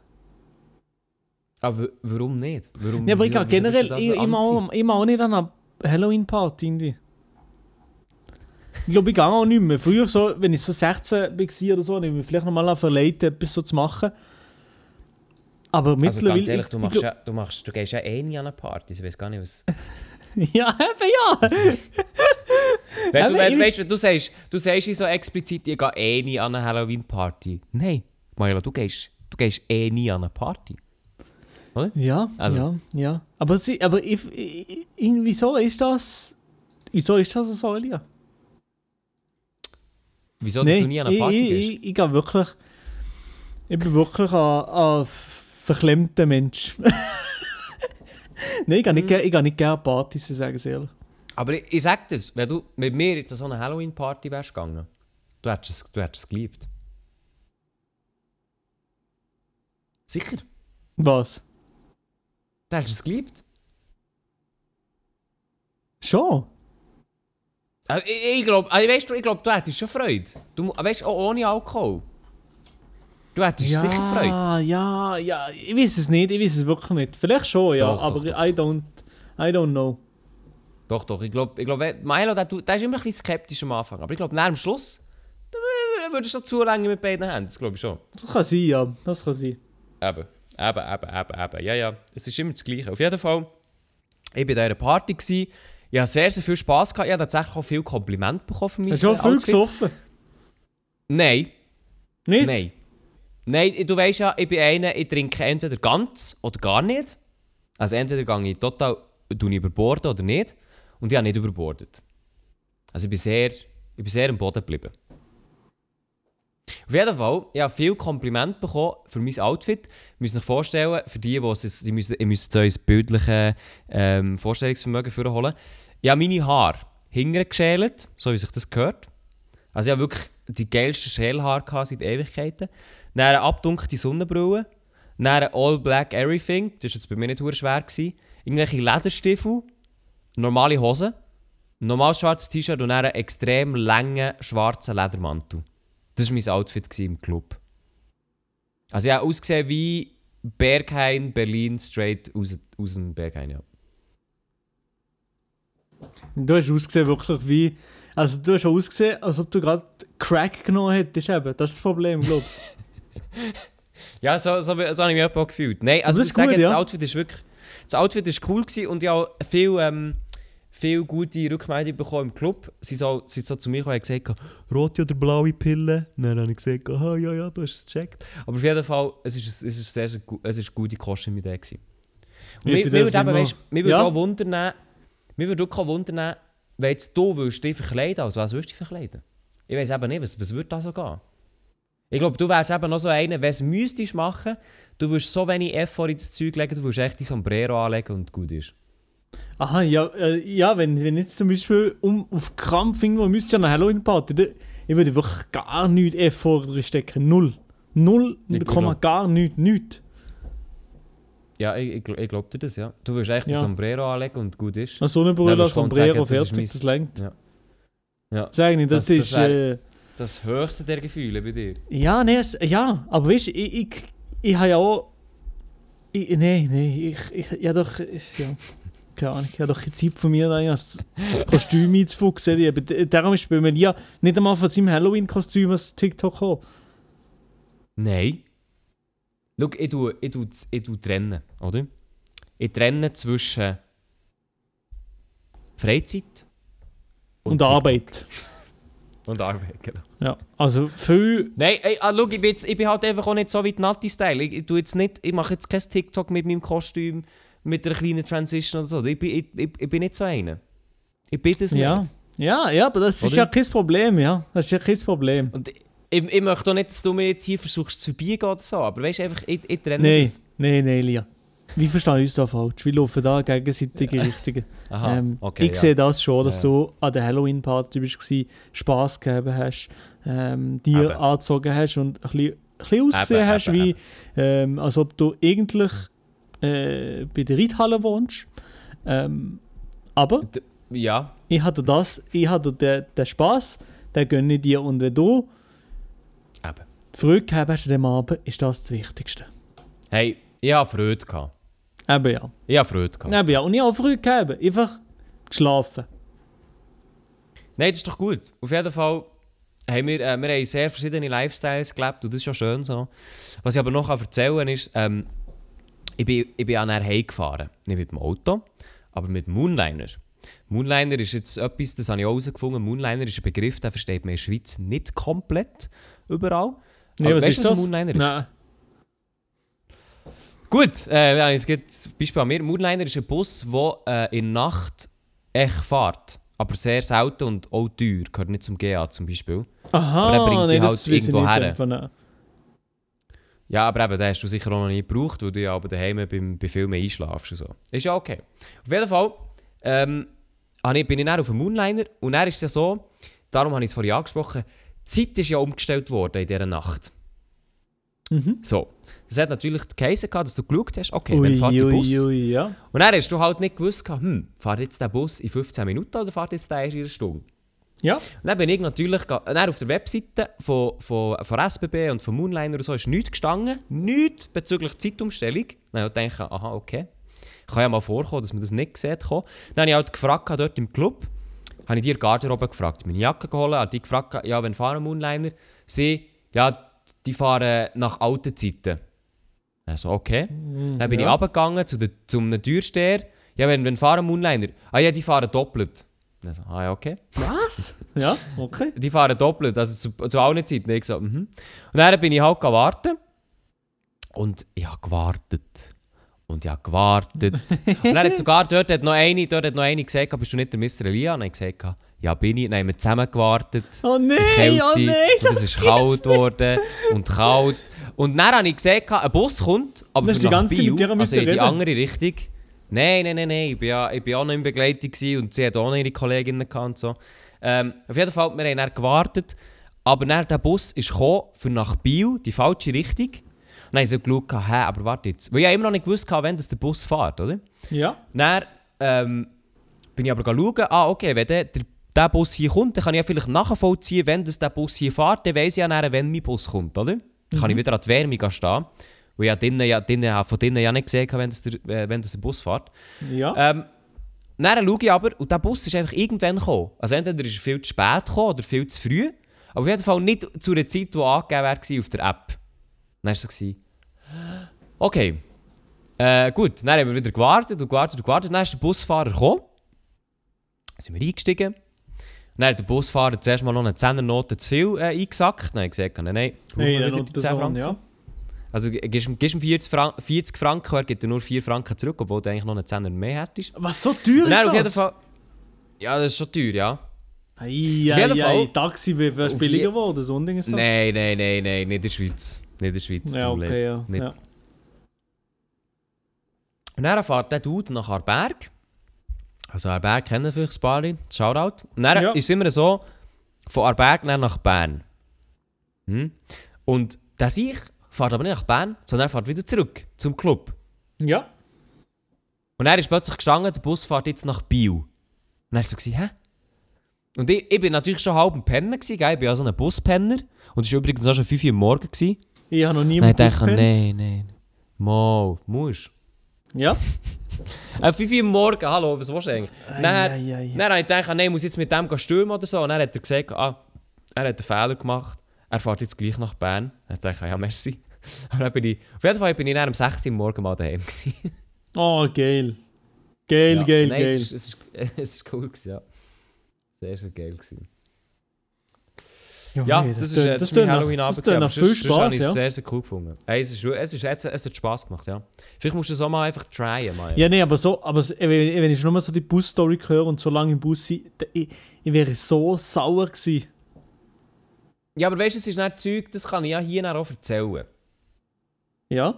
Speaker 1: Aber w- warum nicht? Warum,
Speaker 2: Ja, aber ich
Speaker 1: wieso-
Speaker 2: kann
Speaker 1: wieso bist du
Speaker 2: generell
Speaker 1: da so
Speaker 2: ich- immer
Speaker 1: anti?
Speaker 2: auch, immer auch nicht an einer Halloween-Party irgendwie. Ich glaube, ich gehe auch nicht mehr. Früher, so, wenn ich so 16 war oder so, habe ich mich vielleicht nochmal verleitet, etwas so zu machen. Aber
Speaker 1: Also
Speaker 2: mittlerweile...
Speaker 1: ganz ehrlich, du,
Speaker 2: ich-
Speaker 1: machst
Speaker 2: ich
Speaker 1: ja, du, machst, du gehst ja eh nie an eine Party, ich weiß gar nicht was...
Speaker 2: glaub- Ja, eben ja!
Speaker 1: Wenn du,
Speaker 2: Aber
Speaker 1: wenn,
Speaker 2: ich-
Speaker 1: weißt, wenn du sagst, du sagst so explizit, ich gehe eh nie an eine Halloween-Party. Nein, Maja, du gehst, du gehst eh nie an eine Party. Oder?
Speaker 2: Ja,
Speaker 1: Also-
Speaker 2: ja, ja. Aber, sie, aber ich, ich, ich, wieso ist das... Wieso ist das so, Elia?
Speaker 1: Wieso, dass du
Speaker 2: Nein,
Speaker 1: nie
Speaker 2: ich,
Speaker 1: an eine Party
Speaker 2: ich,
Speaker 1: gehst?
Speaker 2: ich, ich gehe wirklich... Ich bin wirklich ein, ein verklemmter Mensch. Nein, ich gehe
Speaker 1: Mhm.
Speaker 2: nicht, ger- ich gehe nicht gerne an Partys, ich sage es ehrlich.
Speaker 1: Aber ich, ich sag dir, wenn du mit mir jetzt an so eine Halloween-Party wärst gegangen, du hättest, es- du hättest es geliebt. Sicher,
Speaker 2: Was?
Speaker 1: du hättest es geliebt.
Speaker 2: Schon?
Speaker 1: Also, ich ich glaube, also, weißt du, ich glaub, du hättest schon Freude. Du, mu- weißt du, auch ohne Alkohol. Du hättest sicher Freude.
Speaker 2: ja, ja. Ich weiß es nicht, ich weiß es wirklich nicht. Vielleicht schon, ja,
Speaker 1: Doch, doch,
Speaker 2: aber
Speaker 1: doch,
Speaker 2: I don't... I don't know.
Speaker 1: Doch, doch, ich glaube, ich glaub, wenn- Milo, der, tu- der ist immer ein bisschen skeptisch am Anfang. Aber ich glaube, am Schluss, da würdest du zulängen mit beiden Händen. Das glaube ich schon.
Speaker 2: Das kann sein, ja. Das kann sein.
Speaker 1: Eben, eben, eben, eben, eben. Ja, ja. Es ist immer das Gleiche. Auf jeden Fall, ich war an dieser Party. Gewesen. Ich hatte sehr, sehr viel Spass. Gehabt. Ich habe tatsächlich auch viel Komplimente bekommen für mich.
Speaker 2: Hast du auch viel gesoffen?
Speaker 1: Nein,
Speaker 2: Nicht?
Speaker 1: nein. Nein, du weißt ja, ich bin einer, ich trinke entweder ganz oder gar nicht. Also entweder gehe ich total tue ich überborden oder nicht. Und ich habe nicht überbordet. Also ich bin sehr, ich bin sehr am Boden geblieben. Auf jeden Fall, ich habe viel Kompliment bekommen für mein Outfit. Ihr müsst euch vorstellen, für die, die es, sie müssen, ihr müsst euch das bildliche ähm, Vorstellungsvermögen vorholen. Ich habe meine Haare hinten geschält, so wie sich das gehört. Also ich habe wirklich die geilsten Schälhaare gehabt seit Ewigkeiten. Dann eine abdunkelte Sonnenbrille. Dann ein All Black Everything, das war jetzt bei mir nicht verdammt schwer. Gewesen. Irgendwelche Lederstiefel, normale Hosen, ein normal schwarzes T-Shirt und dann einen extrem langen schwarzen Ledermantel. Das war mein Outfit gewesen im Club. Also ich habe ausgesehen wie Berghain, Berlin, straight aus, aus dem Berghain, ja.
Speaker 2: Du hast ausgesehen wirklich wie. Also du hast auch ausgesehen, als ob du gerade Crack genommen hättest eben. Das ist das Problem, glaubst du?
Speaker 1: Ja, so, so, so habe ich mich etwa auch gefühlt. Nein, also
Speaker 2: das
Speaker 1: ich
Speaker 2: ist
Speaker 1: sage,
Speaker 2: gut,
Speaker 1: das
Speaker 2: ja.
Speaker 1: Outfit ist wirklich... Das Outfit ist cool gewesen und ich habe auch viel, ähm, viel gute Rückmeldungen bekommen im Club. Sie so, sie so zu mir gekommen und haben gesagt, rote oder blaue Pille? Dann habe ich gesagt, ah ja, ja, du hast es gecheckt. Aber auf jeden Fall, es ist, es ist sehr, sehr gu- es ist gute Kosten mit der gewesen. Und
Speaker 2: Ich
Speaker 1: Mir
Speaker 2: hätte
Speaker 1: mir
Speaker 2: das
Speaker 1: würde eben,
Speaker 2: nicht
Speaker 1: weißt,
Speaker 2: gemacht.
Speaker 1: mir würde
Speaker 2: Ja.
Speaker 1: auch wundern, mir würde auch wundern, wenn jetzt du würdest dich verkleiden, also was würdest du dich verkleiden? Ich weiß eben nicht, was, was würde da so gehen? Ich glaube, du wärst eben noch so einer, wenn es müsstest machen, du würdest so wenig Effort ins Zeug legen, du würdest echt die Sombrero anlegen und gut ist.
Speaker 2: Aha, ja, äh, ja wenn, wenn jetzt zum Beispiel um, auf Krampf irgendwo müsste ich an eine Halloween-Party, dann- ich würde wirklich gar nichts Effort drin stecken. Null. Null,
Speaker 1: Ja, gut,
Speaker 2: Komma,
Speaker 1: ja.
Speaker 2: gar nichts, nichts.
Speaker 1: Ja, ich, ich, gl- ich glaube dir das, ja. Du wirst echt
Speaker 2: Ja.
Speaker 1: ein Sombrero anlegen und gut ist.
Speaker 2: Ein Sonnenbrille,
Speaker 1: Nein,
Speaker 2: ein
Speaker 1: willst du schon
Speaker 2: Sombrero,
Speaker 1: sagen, das ist
Speaker 2: fertig,
Speaker 1: mein-
Speaker 2: das lenkt.
Speaker 1: Ja. Ja.
Speaker 2: Sag nicht, das,
Speaker 1: Das- das
Speaker 2: ist.
Speaker 1: wär-
Speaker 2: äh,
Speaker 1: Das höchste der Gefühle bei dir.
Speaker 2: ja, nee, es, ja, aber weißt du, ich, ich, ich habe ja auch. Ich, nee, nee, ich, ich, ich habe doch. Ich, ja, keine Ahnung, ich habe doch keine Zeit von mir, da das Kostüm einzufuchsen. Ich- aber d- Darum ist bei mir ja nicht einmal von seinem Halloween-Kostüm als TikTok gekommen.
Speaker 1: Nein. Schau, ich tue, ich tue, ich tue trennen, oder? Ich trenne zwischen Freizeit
Speaker 2: Und, Arbeit.
Speaker 1: Und Arbeit, genau.
Speaker 2: Ja, also viel.
Speaker 1: Nein, ey, ah, schau, ich bin, jetzt, ich bin halt einfach auch nicht so wie die Natti-Style. Ich, ich, tue jetzt nicht- ich mache jetzt kein TikTok mit meinem Kostüm, mit einer kleinen Transition oder so. Ich bin, ich, ich, ich bin nicht so einer. Ich bin das
Speaker 2: Ja.
Speaker 1: nicht.
Speaker 2: ja, ja, aber das ist
Speaker 1: Oder?
Speaker 2: ja kein Problem, ja. Das ist ja kein Problem.
Speaker 1: Und ich, ich, ich möchte auch nicht, dass du mir jetzt hier versuchst zu vorbeigehen oder so, aber weißt du, einfach, ich, ich trenne
Speaker 2: Nein,
Speaker 1: das.
Speaker 2: nein, nein, Lia. Wir verstehen uns da falsch. Wir laufen da gegenseitige Richtungen.
Speaker 1: Aha,
Speaker 2: ähm,
Speaker 1: Ah, okay,
Speaker 2: ich
Speaker 1: ja.
Speaker 2: sehe das schon, dass
Speaker 1: Ja.
Speaker 2: du an der Halloween-Party bist, gewesen, Spass gegeben hast, ähm, dir
Speaker 1: Eben.
Speaker 2: angezogen hast und ein bisschen, ein bisschen ausgesehen
Speaker 1: Eben,
Speaker 2: hast,
Speaker 1: eben,
Speaker 2: wie,
Speaker 1: eben.
Speaker 2: ähm, als ob du eigentlich äh, bei der Reithalle wohnst. Ähm, aber
Speaker 1: Ja,
Speaker 2: ich hatte das, ich hatte den, den Spass, den gönne ich dir und wenn du
Speaker 1: eben.
Speaker 2: Freude gehabt hast an dem Abend, ist das das Wichtigste.
Speaker 1: Hey, ich hatte Freude. Gehabt.
Speaker 2: Eben ja.
Speaker 1: Ich hatte Freude. Gehabt.
Speaker 2: Eben ja. Und ich habe auch Freude gehabt, einfach geschlafen.
Speaker 1: Nein, das ist doch gut. Auf jeden Fall haben wir, äh, wir haben sehr verschiedene Lifestyles gelebt und das ist ja schön so. Was ich aber noch kann erzählen kann, ist, ähm, ich bin, ich bin auch nach Hause gefahren. Nicht mit dem Auto, aber mit Moonliner. Moonliner ist jetzt etwas, das habe ich auch herausgefunden. Moonliner ist ein Begriff, den versteht man in der Schweiz nicht komplett überall.
Speaker 2: Nee,
Speaker 1: Aber
Speaker 2: was
Speaker 1: weißt
Speaker 2: ist
Speaker 1: du,
Speaker 2: das?
Speaker 1: was ein Moonliner ist?
Speaker 2: Nein.
Speaker 1: Gut, äh, ja, es gibt zum Beispiel an mir. Moonliner ist ein Bus, der äh, in der Nacht echt fährt. Aber sehr selten und auch teuer. Gehört nicht zum GA zum Beispiel.
Speaker 2: Aha,
Speaker 1: Aber er bringt dich
Speaker 2: nee, das
Speaker 1: halt
Speaker 2: weiss ich
Speaker 1: irgendwo
Speaker 2: nicht
Speaker 1: her.
Speaker 2: einfach, nein.
Speaker 1: Ja, aber eben, den hast du sicher auch noch nie gebraucht, weil du ja aber daheim beim, bei Filmen einschlafst und so. Ist ja okay. Auf jeden Fall ähm, habe ich- bin ich dann auf dem Moonliner und er ist es ja so, darum habe ich es vorhin angesprochen, die Zeit ist ja umgestellt worden in dieser Nacht.
Speaker 2: Mhm.
Speaker 1: So. Das hat natürlich die Käse gehabt, dass du geschaut hast, okay,
Speaker 2: Ui,
Speaker 1: wenn fährt der
Speaker 2: ui,
Speaker 1: Bus?
Speaker 2: ui, ja.
Speaker 1: Und dann hast du halt nicht gewusst, gehabt, hm, fährt jetzt der Bus in 15 Minuten oder fährt jetzt der erst in einer Stunde?
Speaker 2: Ja,
Speaker 1: Und dann bin ich natürlich ga- dann auf der Webseite von, von, von SBB und von Moonliner oder so ist nichts gestanden. Nichts bezüglich Zeitumstellung. Dann habe ich gedacht, aha, okay. Kann ja mal vorkommen, dass man das nicht sieht. kommen. Dann habe ich halt gefragt dort im Club, habe ich die in der Garderobe gefragt, meine Jacke geholt, habe die gefragt, ja, wenn fahren Moonliner? Sie, ja, die fahren nach alten Zeiten. Also, okay. Dann bin
Speaker 2: ja.
Speaker 1: ich runtergegangen zu der, zum Türsteher. Ja, wenn, wenn fahren Moonliner? Ah ja, die fahren doppelt. Also, ah ja, okay
Speaker 2: was? ja, okay.
Speaker 1: die fahren doppelt, also zu, zu allen Zeiten. Ich gesagt, mhm. Und dann bin ich halt warten. Und ich habe gewartet. Und ich habe gewartet. und dann hat sogar dort hat noch eine, dort hat noch eine gesagt, bist du nicht der Mr. Elia? Und ich gesagt, ja bin ich. Dann haben wir zusammen gewartet.
Speaker 2: Oh nein,
Speaker 1: Kälte,
Speaker 2: oh nein,
Speaker 1: und es ist kalt geworden und kalt. Und dann habe ich gesehen, ein Bus kommt, aber für
Speaker 2: Das ist die
Speaker 1: nach
Speaker 2: ganze Zeit
Speaker 1: Biel,
Speaker 2: mit dir am
Speaker 1: also in die
Speaker 2: reden.
Speaker 1: andere Richtung. Nein, nein, nein, nein, ich bin, ja, ich bin auch noch in Begleitung gewesen und sie hat auch noch ihre Kolleginnen gehabt und so. Ähm, auf jeden Fall, wir haben dann gewartet, aber dann der Bus ist gekommen für nach Biel, die falsche Richtung. Und dann habe ich so geschaut, hä, aber warte jetzt. Weil ich ja immer noch nicht gewusst habe, wann das der Bus fährt, oder?
Speaker 2: Ja.
Speaker 1: Dann ähm, bin ich aber schauen, ah, okay, wenn der, der, der Bus hier kommt, dann kann ich ja vielleicht nachvollziehen, wenn das der Bus hier fährt, dann weiss ich ja dann, wenn mein Bus kommt, oder? Dann kann ich wieder an die Wärme gehen stehen. Weil ich ja drinnen, ja, drinnen, von drinnen ja nicht gesehen habe, wenn das der, äh, wenn das der Bus fährt.
Speaker 2: Ja.
Speaker 1: Ähm, dann schaue ich aber, und der Bus ist einfach irgendwann gekommen. Also entweder ist er viel zu spät gekommen oder viel zu früh. Aber auf jeden Fall nicht zu einer Zeit, die angegeben war auf der App. Dann war es so, gewesen, okay, äh, gut, dann haben wir wieder gewartet und gewartet und gewartet. Dann ist der Busfahrer gekommen. Dann sind wir eingestiegen. Dann hat der Busfahrer zuerst mal noch eine 10er-Note zu viel äh, eingesackt. Dann habe ich gesagt, nein, nein, brauchen
Speaker 2: Hey,
Speaker 1: wir
Speaker 2: dann
Speaker 1: wieder
Speaker 2: und
Speaker 1: die
Speaker 2: das
Speaker 1: 10
Speaker 2: an,
Speaker 1: Franken.
Speaker 2: ja.
Speaker 1: Also g- gibst ihm gibst ihm 40 Franken, 40 Franken, er gibt dir nur 4 Franken zurück, obwohl du eigentlich noch einen 10er mehr hättest.
Speaker 2: Was, so teuer
Speaker 1: Nein,
Speaker 2: ist
Speaker 1: auf jeden
Speaker 2: das?
Speaker 1: Fall. Ja, das ist schon teuer, ja.
Speaker 2: Ei,
Speaker 1: Auf jeden
Speaker 2: ei, ei,
Speaker 1: Fall-
Speaker 2: Taxi eh, wäre wär
Speaker 1: Auf
Speaker 2: billiger
Speaker 1: je-
Speaker 2: geworden, so ein Ding ist das.
Speaker 1: Nein, nein, nein, nein, nicht in der Schweiz. Nicht in der Schweiz.
Speaker 2: Ja,
Speaker 1: tut mir leid.
Speaker 2: okay, ja.
Speaker 1: Nicht.
Speaker 2: ja.
Speaker 1: Und dann fährt der Dude nach Arberg. Also Arberg kennen vielleicht ein paar, Leute. Shoutout. Und dann
Speaker 2: Ja.
Speaker 1: ist es immer so, von Arberg dann nach Bern. Hm? Und der sich fährt aber nicht nach Bern, sondern er fährt wieder zurück zum Club.
Speaker 2: Ja.
Speaker 1: Und er ist plötzlich gestanden, der Bus fährt jetzt nach Biel. Und dann war so, hä? Und ich, ich bin natürlich schon halb ein Penner, gewesen, gell? ich bin ja so ein Buspenner. Und es war übrigens auch schon 5 Uhr am Morgen. Gewesen.
Speaker 2: Ich habe noch nie
Speaker 1: Nein, ich
Speaker 2: im Bus
Speaker 1: dachte,
Speaker 2: gepennt.
Speaker 1: nein, nein. Mal, musst.
Speaker 2: Ja.
Speaker 1: Äh, 5 Uhr am Morgen, hallo, was willst du eigentlich? Dann,
Speaker 2: ei, ei, ei.
Speaker 1: dann habe ich gedacht, ah, nein, ich muss jetzt mit dem gehen stürmen oder so. Und dann hat er gesagt, ah, er hat einen Fehler gemacht. Er fährt jetzt gleich nach Bern. Dann dachte ich, ah, ja, merci. Und dann bin ich, auf jeden Fall bin ich dann um 6 Uhr am Morgen mal daheim. Gewesen.
Speaker 2: Oh, geil. Geil,
Speaker 1: Ja.
Speaker 2: geil,
Speaker 1: Nein,
Speaker 2: geil.
Speaker 1: Es ist, es, ist, es ist cool, gewesen, ja. Sehr, sehr geil. Gewesen. Ja,
Speaker 2: hey,
Speaker 1: das, ist,
Speaker 2: tönt-
Speaker 1: äh, das mein
Speaker 2: tönt nach-
Speaker 1: Halloween-Abend.
Speaker 2: Das tut nach viel Spaß,
Speaker 1: ich
Speaker 2: ja.
Speaker 1: sehr, sehr cool gefunden. Ey, es, ist, es, ist, es, es hat Spass gemacht, ja. Vielleicht musst du es auch mal einfach tryen, mal.
Speaker 2: Ja, nee, aber so, aber so, wenn ich- wenn ich nur mal so die Bus-Story höre und so lange im Bus sein, da- ich, ich wäre so sauer gewesen.
Speaker 1: Ja, aber weißt du, es ist nicht Zeug, das kann ich ja hier dann auch erzählen.
Speaker 2: Ja?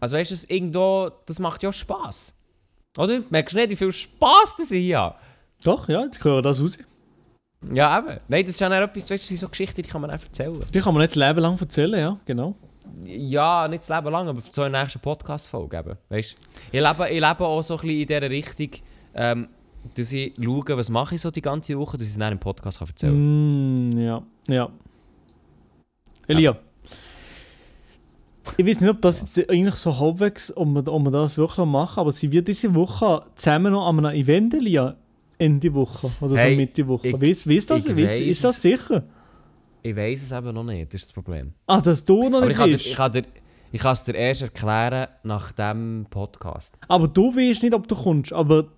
Speaker 1: Also weißt du, es irgendwo, das macht ja Spass. Oder? Merkst du nicht, wie viel Spass das ich hier habe?
Speaker 2: Doch, ja, jetzt höre ich das raus.
Speaker 1: Ja, eben. Nein, das ist ja nicht etwas, weißt du, das sind so Geschichten, die nou kann man einfach erzählen.
Speaker 2: Die kann man nicht das Leben lang erzählen, ja, genau.
Speaker 1: Ja, nicht das Leben lang, aber so in der nächsten Podcast-Folge eben. Weißt du? Ich lebe, ich lebe auch so ein bisschen in dieser Richtung, ähm, dass ich schaue, was mache ich so die ganze Woche, dass ich es dann im Podcast kann erzählen kann.
Speaker 2: Mm, ja, ja. Elia. Ich weiß nicht, ob das jetzt eigentlich so halbwegs, ob wir, ob wir das wirklich machen, aber sie wird diese Woche zusammen noch an einem Event, Elia. Ende Woche oder
Speaker 1: Hey,
Speaker 2: so Mitte Woche.
Speaker 1: ich-
Speaker 2: Weißt weißt du das?
Speaker 1: ich
Speaker 2: Weißt-
Speaker 1: weiss
Speaker 2: Ist das
Speaker 1: es.
Speaker 2: sicher?
Speaker 1: Ich weiß es eben noch nicht, das ist das Problem.
Speaker 2: Ah, dass du noch
Speaker 1: Aber ich
Speaker 2: nicht
Speaker 1: kann, dir,
Speaker 2: weißt.
Speaker 1: ich, kann dir, ich kann es dir erst erklären nach dem Podcast.
Speaker 2: Aber du weißt nicht, ob du kommst, aber.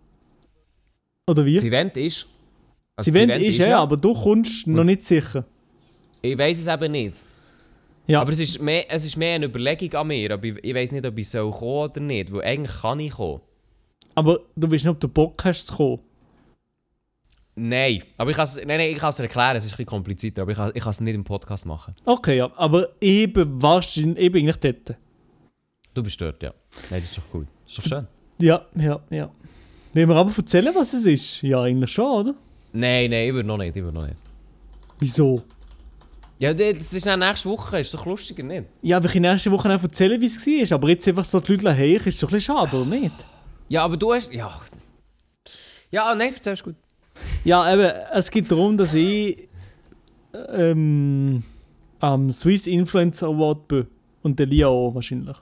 Speaker 2: Oder wie?
Speaker 1: Das
Speaker 2: Sie,
Speaker 1: Event ist...
Speaker 2: Sie
Speaker 1: das
Speaker 2: wollen ist ja, aber du kommst noch nicht sicher.
Speaker 1: Ich weiß es eben nicht.
Speaker 2: Ja,
Speaker 1: Aber es ist, mehr, es ist mehr eine Überlegung an mir, aber ich, ich weiß nicht, ob ich soll kommen oder nicht, weil eigentlich kann ich kommen.
Speaker 2: aber du weißt nicht, ob du Bock hast zu kommen.
Speaker 1: Nein, aber ich kann es nein, nein, ich kann's dir erklären, es ist ein bisschen komplizierter, aber ich kann ich kann es nicht im Podcast machen.
Speaker 2: Okay, ja, aber eben wahrscheinlich, eben eigentlich dort.
Speaker 1: Du bist dort, ja. Nein, das ist doch gut. Das ist doch schön.
Speaker 2: Ja, ja, ja. Wollen wir aber erzählen, was es ist? Ja, eigentlich schon, oder?
Speaker 1: Nein, nein, ich würde noch nicht, ich würde noch nicht.
Speaker 2: Wieso?
Speaker 1: Ja, d- das ist dann nächste Woche, ist doch lustiger, nicht?
Speaker 2: Ja, aber ich in der ersten Woche auch erzählen, wie es war, aber jetzt einfach so die Leute hey, ist doch ein bisschen schade, oder nicht?
Speaker 1: Ja, aber du hast... Ja, ja ah, nein, erzählst gut.
Speaker 2: Ja, eben, es geht darum, dass ich ähm, am Swiss Influencer Award bin. Und der Lia auch wahrscheinlich.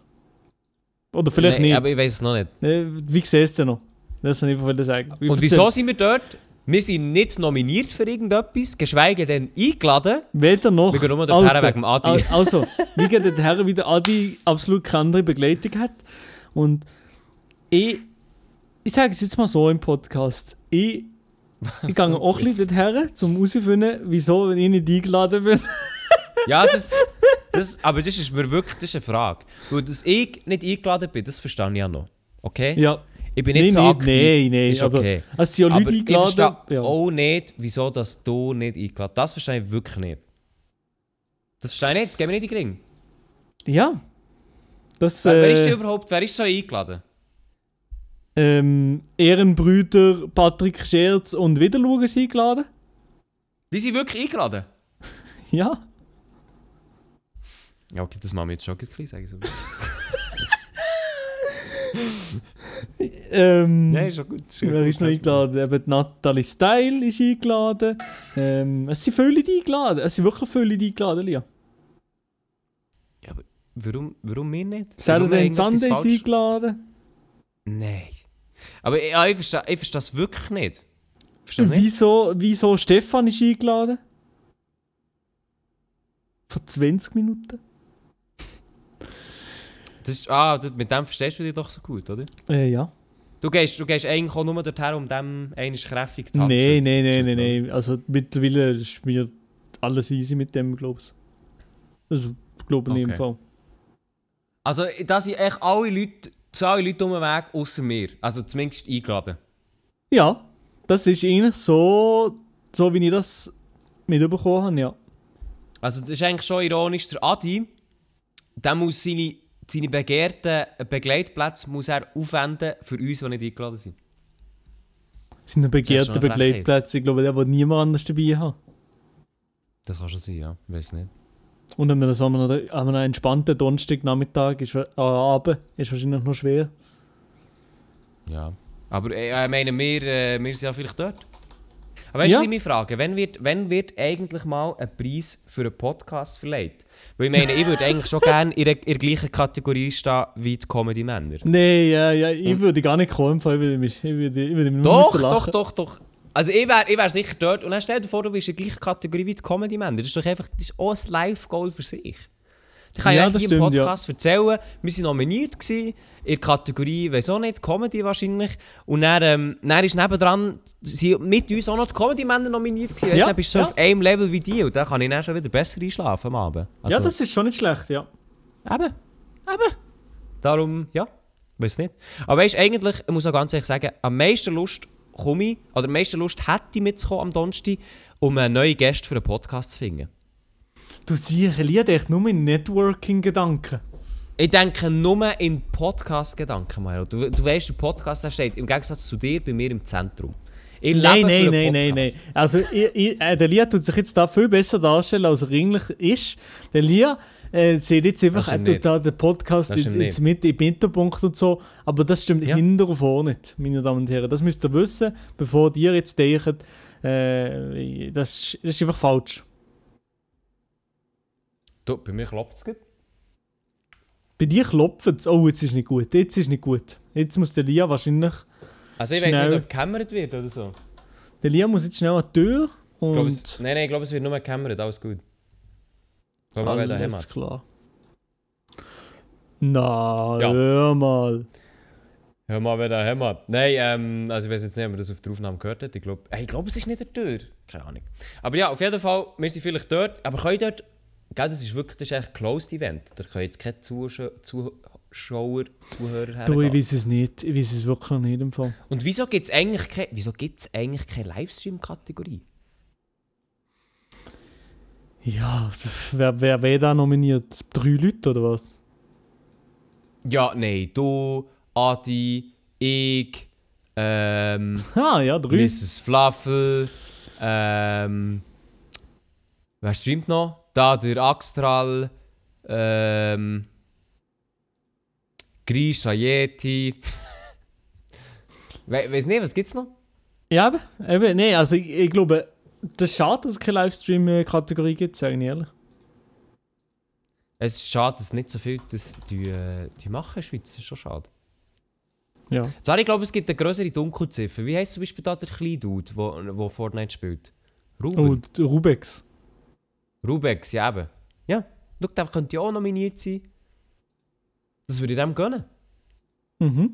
Speaker 2: Oder vielleicht
Speaker 1: Nein,
Speaker 2: nicht.
Speaker 1: aber ich weiß es noch nicht.
Speaker 2: Äh, Wie siehst du noch? Das soll ich einfach wieder sagen.
Speaker 1: Und wieso sind wir dort? Wir sind nicht nominiert für irgendetwas, geschweige denn eingeladen.
Speaker 2: Weder noch.
Speaker 1: Wir gehen nur den
Speaker 2: Alter,
Speaker 1: Herren wegen dem Adi.
Speaker 2: al- Also, wie geht der Herr, wie der Adi absolut keine andere Begleitung hat. Und ich, ich sage es jetzt mal so im Podcast. Ich, ich gehe auch ein bisschen her, um herauszufinden, wieso, wenn ich nicht eingeladen bin.
Speaker 1: Ja, das, das, aber das ist mir wirklich das ist eine Frage. Weil dass ich nicht eingeladen bin, das verstehe ich ja noch. Okay?
Speaker 2: Ja.
Speaker 1: Ich bin nicht
Speaker 2: nein,
Speaker 1: so
Speaker 2: nein,
Speaker 1: aktiv.
Speaker 2: Nein, nein,
Speaker 1: Ist
Speaker 2: aber
Speaker 1: okay.
Speaker 2: es sind ja
Speaker 1: aber
Speaker 2: Leute
Speaker 1: ich verstehe
Speaker 2: eingeladen. Ja.
Speaker 1: auch nicht, Oh, wieso dass du nicht eingeladen Das verstehe ich wirklich nicht. Das verstehe ich nicht, das geht mir nicht in den Ring.
Speaker 2: ja. Das,
Speaker 1: Wer, wer ist denn
Speaker 2: äh,
Speaker 1: überhaupt, wer ist so eingeladen?
Speaker 2: ähm, Ehrenbrüder Patrick Scherz und Wiederschauen sind eingeladen.
Speaker 1: Die sind wirklich eingeladen?
Speaker 2: Ja.
Speaker 1: Ja, okay, das machen wir jetzt schon gleich, sage ich so.
Speaker 2: Ähm,
Speaker 1: Nein, ist schon gut. ist schon
Speaker 2: Wer
Speaker 1: gut,
Speaker 2: ist noch
Speaker 1: das-
Speaker 2: eingeladen? Eben die Natalie Style ist eingeladen. Ähm, es sind viele Leute eingeladen. Es sind wirklich viele Leute eingeladen, Lia.
Speaker 1: Ja, aber warum, warum wir nicht?
Speaker 2: Saturday and
Speaker 1: Warum haben wir
Speaker 2: Sunday
Speaker 1: irgendetwas
Speaker 2: ist
Speaker 1: falsch-
Speaker 2: eingeladen.
Speaker 1: Nein. Aber ich, Ah, ja, ich verstehe ich verstehe das wirklich nicht. Verstehst du nicht?
Speaker 2: Wieso, wieso Stefan ist eingeladen? Vor 20 Minuten?
Speaker 1: Das ist, ah, das- mit dem verstehst du dich doch so gut, oder?
Speaker 2: Äh, ja.
Speaker 1: Du gehst, du gehst eigentlich auch nur dorthin, um dem einen kräftig zu
Speaker 2: Nein,
Speaker 1: abschützen.
Speaker 2: nein, nein, nein, nein. Also mittlerweile ist mir alles easy mit dem, glaube ich. Also, glaube ich in
Speaker 1: Okay.
Speaker 2: dem Fall.
Speaker 1: Also, da sind echt alle Leute, so alle Leute um den Weg, außer mir. Also zumindest eingeladen.
Speaker 2: Ja, das ist eigentlich so, so wie ich das mitbekommen habe, ja.
Speaker 1: Also, das ist eigentlich schon ironisch. Der Adi, der muss seine, seine begehrten Begleitplätze muss er aufwenden für uns, die nicht eingeladen sind. Das
Speaker 2: sind ein
Speaker 1: ist schon
Speaker 2: begehrter
Speaker 1: eine Frechheit.
Speaker 2: Begleitplatz. Ich glaube, der wird niemand anders dabei haben.
Speaker 1: Das kann schon sein, ja. Ich weiß nicht.
Speaker 2: Und an einem, so- an einem, an einem entspannten Donnerstagnachmittag ist, äh, Abend ist wahrscheinlich noch schwer.
Speaker 1: Ja. Aber äh, ich meine, wir, äh, wir sind ja vielleicht dort. Aber weißt du,
Speaker 2: Ja.
Speaker 1: was ich mich frage? Wann wird, wann wird eigentlich mal ein Preis für einen Podcast verleiht? Weil ich meine, ich würde eigentlich schon gerne in der, in der gleichen Kategorie stehen wie die Comedy-Männer.
Speaker 2: Nein, ja, ja, ich würde gar nicht kommen, vor allem würde ich mich, ich würde, ich würde mich nur
Speaker 1: Hm. Doch,
Speaker 2: müssen
Speaker 1: doch,
Speaker 2: lachen.
Speaker 1: doch, doch. Also ich wäre ich wär sicher dort. Und dann stell dir vor, du bist in der gleichen Kategorie wie die Comedy-Männer. Das ist doch einfach das ist auch ein Live-Goal für sich. Da kann
Speaker 2: Ja,
Speaker 1: ich
Speaker 2: das
Speaker 1: eigentlich hier im
Speaker 2: stimmt, ja.
Speaker 1: Podcast erzählen, wir waren nominiert gewesen, in der Kategorie, weiß auch nicht, Comedy wahrscheinlich. Und dann, ähm, dann ist nebendran, sind mit uns auch noch die Comedy-Männer nominiert gewesen. Weißt,
Speaker 2: Ja,
Speaker 1: du, dann bist du so
Speaker 2: ja.
Speaker 1: auf einem Level wie die und dann kann ich dann schon wieder besser einschlafen am Abend.
Speaker 2: Ja,
Speaker 1: Also-
Speaker 2: das ist schon nicht schlecht, ja.
Speaker 1: Eben, eben. Darum, ja, weiß nicht. Aber weißt eigentlich, ich muss auch ganz ehrlich sagen, am meisten Lust komme ich, oder am meisten Lust hätte ich mitzukommen am Donnerstag, um einen neuen Gast für einen Podcast zu finden.
Speaker 2: Du siehst, ich liebe echt nur in Networking-Gedanken.
Speaker 1: Ich denke nur in Podcast-Gedanken, Mario. Du, du weißt, der Podcast der steht im Gegensatz zu dir bei mir im Zentrum. Ich
Speaker 2: Nein,
Speaker 1: lebe für
Speaker 2: nein, nein,
Speaker 1: einen
Speaker 2: nein, nein.
Speaker 1: Podcast.
Speaker 2: Also, ich, ich, äh, der Lia tut sich jetzt da viel besser darstellen, als er eigentlich ist. Der Lia äh, sieht jetzt einfach,
Speaker 1: Das
Speaker 2: er
Speaker 1: stimmt
Speaker 2: tut
Speaker 1: nicht.
Speaker 2: da den Podcast
Speaker 1: Das
Speaker 2: in,
Speaker 1: stimmt
Speaker 2: ins Mit, in den Mittelpunkt und so. Aber das stimmt
Speaker 1: Ja.
Speaker 2: hinter und vor nicht, meine Damen und Herren. Das müsst ihr wissen, bevor ihr jetzt denkt, äh, das, ist- das ist einfach falsch.
Speaker 1: Du, bei mir klopft es gut.
Speaker 2: Bei dir klopft es. Oh, jetzt ist nicht gut. Jetzt ist nicht gut. Jetzt muss der Lia wahrscheinlich.
Speaker 1: Also ich weiß
Speaker 2: Schnell.
Speaker 1: nicht, ob gekämmert wird oder so.
Speaker 2: Der Lia muss jetzt schnell an die Tür.
Speaker 1: Ich glaube,
Speaker 2: Und
Speaker 1: es, nein, nein, ich glaube, es wird nur gekämmert, alles gut. Komm mal wieder
Speaker 2: alles
Speaker 1: hin.
Speaker 2: klar. Na,
Speaker 1: Ja.
Speaker 2: hör mal.
Speaker 1: Hör mal, wer da hämmert. Nein, ähm, also ich weiß jetzt nicht, ob man das auf der Aufnahme gehört hat. Ich glaube, ich glaub, es ist nicht der Tür. Keine Ahnung. Aber ja, auf jeden Fall, wir sind vielleicht dort. Aber könnt ihr dort, gell, das ist wirklich das ist echt ein Closed Event. Da können jetzt keine Zuschauer, Zuschauer Zuhörer
Speaker 2: Du, ich
Speaker 1: her.
Speaker 2: weiß es nicht. Ich weiß es wirklich noch nicht im Fall.
Speaker 1: Und wieso gibt es eigentlich keine, wieso gibt's eigentlich keine Livestream-Kategorie?
Speaker 2: Ja, wer, wer, wer da nominiert? Drei Leute oder was?
Speaker 1: Ja, nein, du, Adi, ich, ähm,
Speaker 2: Ah, ja, drei.
Speaker 1: Mrs. Fluffel, ähm, wer streamt noch? Da der Axtral, ähm, Grisha Yeti. We weiß nicht, was gibt's noch?
Speaker 2: Ja, eben. eben Nein, also ich, ich glaube, das ist schade, dass es keine Livestream-Kategorie gibt, sage ich ehrlich.
Speaker 1: Es ist schade, dass nicht so viel das die, äh, die machen in der Schweiz. Das ist schon schade.
Speaker 2: Ja.
Speaker 1: Zwar, ich glaube, es gibt eine größere Dunkelziffer. Wie heisst zum Beispiel da der kleine Dude, der Fortnite spielt? Ruben.
Speaker 2: Oh, d- Rubex.
Speaker 1: Rubex, ja eben. Ja, schau, der könnte ja auch nominiert sein. Das würde ich dem gönnen.
Speaker 2: Mhm.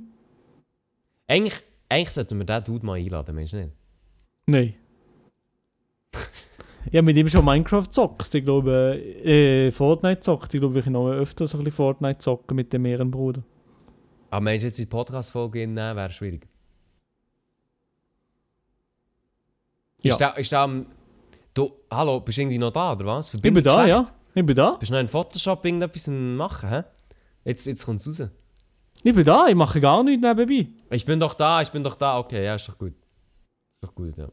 Speaker 1: Eigentlich, eigentlich sollten wir den Dude mal einladen, meinst du nicht?
Speaker 2: Nein. ja, mit ihm schon Minecraft zockt. Ich glaube, äh, Fortnite zockt. Ich glaube, ich noch öfter so ein bisschen Fortnite zocken mit dem Ehrenbruder.
Speaker 1: Aber meinst du jetzt in eh, die Podcast-Folge hineinnehmen, wäre schwierig.
Speaker 2: Ja.
Speaker 1: Ist da, ist da am... Du, hallo, bist du irgendwie noch da, oder was?
Speaker 2: Ich bin
Speaker 1: Verbindung
Speaker 2: da, ja.
Speaker 1: schlecht?
Speaker 2: Ich bin da.
Speaker 1: Bist du noch in Photoshop irgendetwas am machen, hä? Jetzt, jetzt kommt's raus.
Speaker 2: Ich bin da. Ich mache gar nichts nebenbei.
Speaker 1: Ich bin doch da, ich bin doch da. Okay, ja, ist doch gut. Ist doch gut, ja.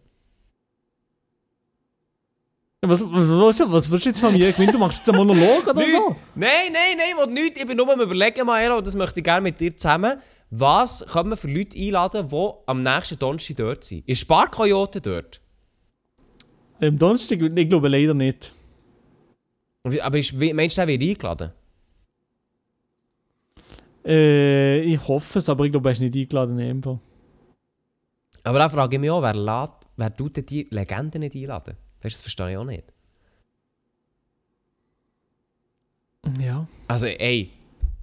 Speaker 2: Was, was, was, was willst du jetzt von mir? Ich meine, du machst jetzt einen Monolog oder so?
Speaker 1: Nein, nein, nein, will nichts. Ich bin nur am überlegen, Maero, und das möchte ich gerne mit dir zusammen. Was können wir für Leute einladen, die am nächsten Donnerstag dort sind? Ist Sparkoyote dort?
Speaker 2: Am Donnerstag? Ich glaube leider nicht.
Speaker 1: Wie- Aber ist, wie- meinst du, der wird eingeladen?
Speaker 2: Äh, ich hoffe es, aber ich glaube, er ist nicht eingeladen in dem Fall.
Speaker 1: Aber da frage ich mich auch, wer, lädt, wer tut denn die Legenden nicht einladen? Weißt du, das verstehe ich auch nicht.
Speaker 2: Ja.
Speaker 1: Also, ey,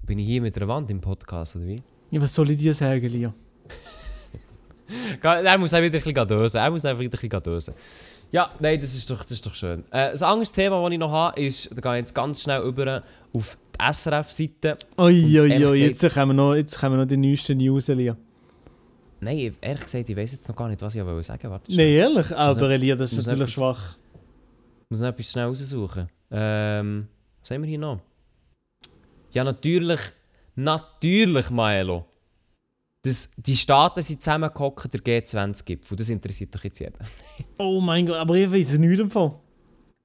Speaker 1: bin ich hier mit der Wand im Podcast, oder wie?
Speaker 2: ja was soll ich dir sagen, Lia?
Speaker 1: Er muss auch wieder ein bisschen dösen. Er muss einfach wieder ein bisschen dösen. Ja, nein, das ist doch, das ist doch schön. Äh, ein anderes Thema, das ich noch habe, ist, da gehe ich jetzt ganz schnell über auf die SRF-Seite.
Speaker 2: Um
Speaker 1: Und ehrlich
Speaker 2: Uiuiui,
Speaker 1: gesagt-
Speaker 2: jetzt kommen wir noch, jetzt kommen noch die neuesten News, Lia.
Speaker 1: Nein, ich- ehrlich gesagt, ich weiß jetzt noch gar nicht, was ich wollte sagen. Warte,
Speaker 2: Nein, ehrlich, aber
Speaker 1: Muss-
Speaker 2: Lia, das
Speaker 1: muss
Speaker 2: ist natürlich
Speaker 1: etwas-
Speaker 2: schwach.
Speaker 1: Ich muss noch etwas schnell raussuchen. Ähm, was haben wir hier noch? Ja, natürlich, natürlich, Maelo. Das, die Staaten sind zusammengehockt, der G20-Gipfel. Das interessiert doch jetzt jeden.
Speaker 2: Oh mein Gott, aber ich weiß es nicht im Fall.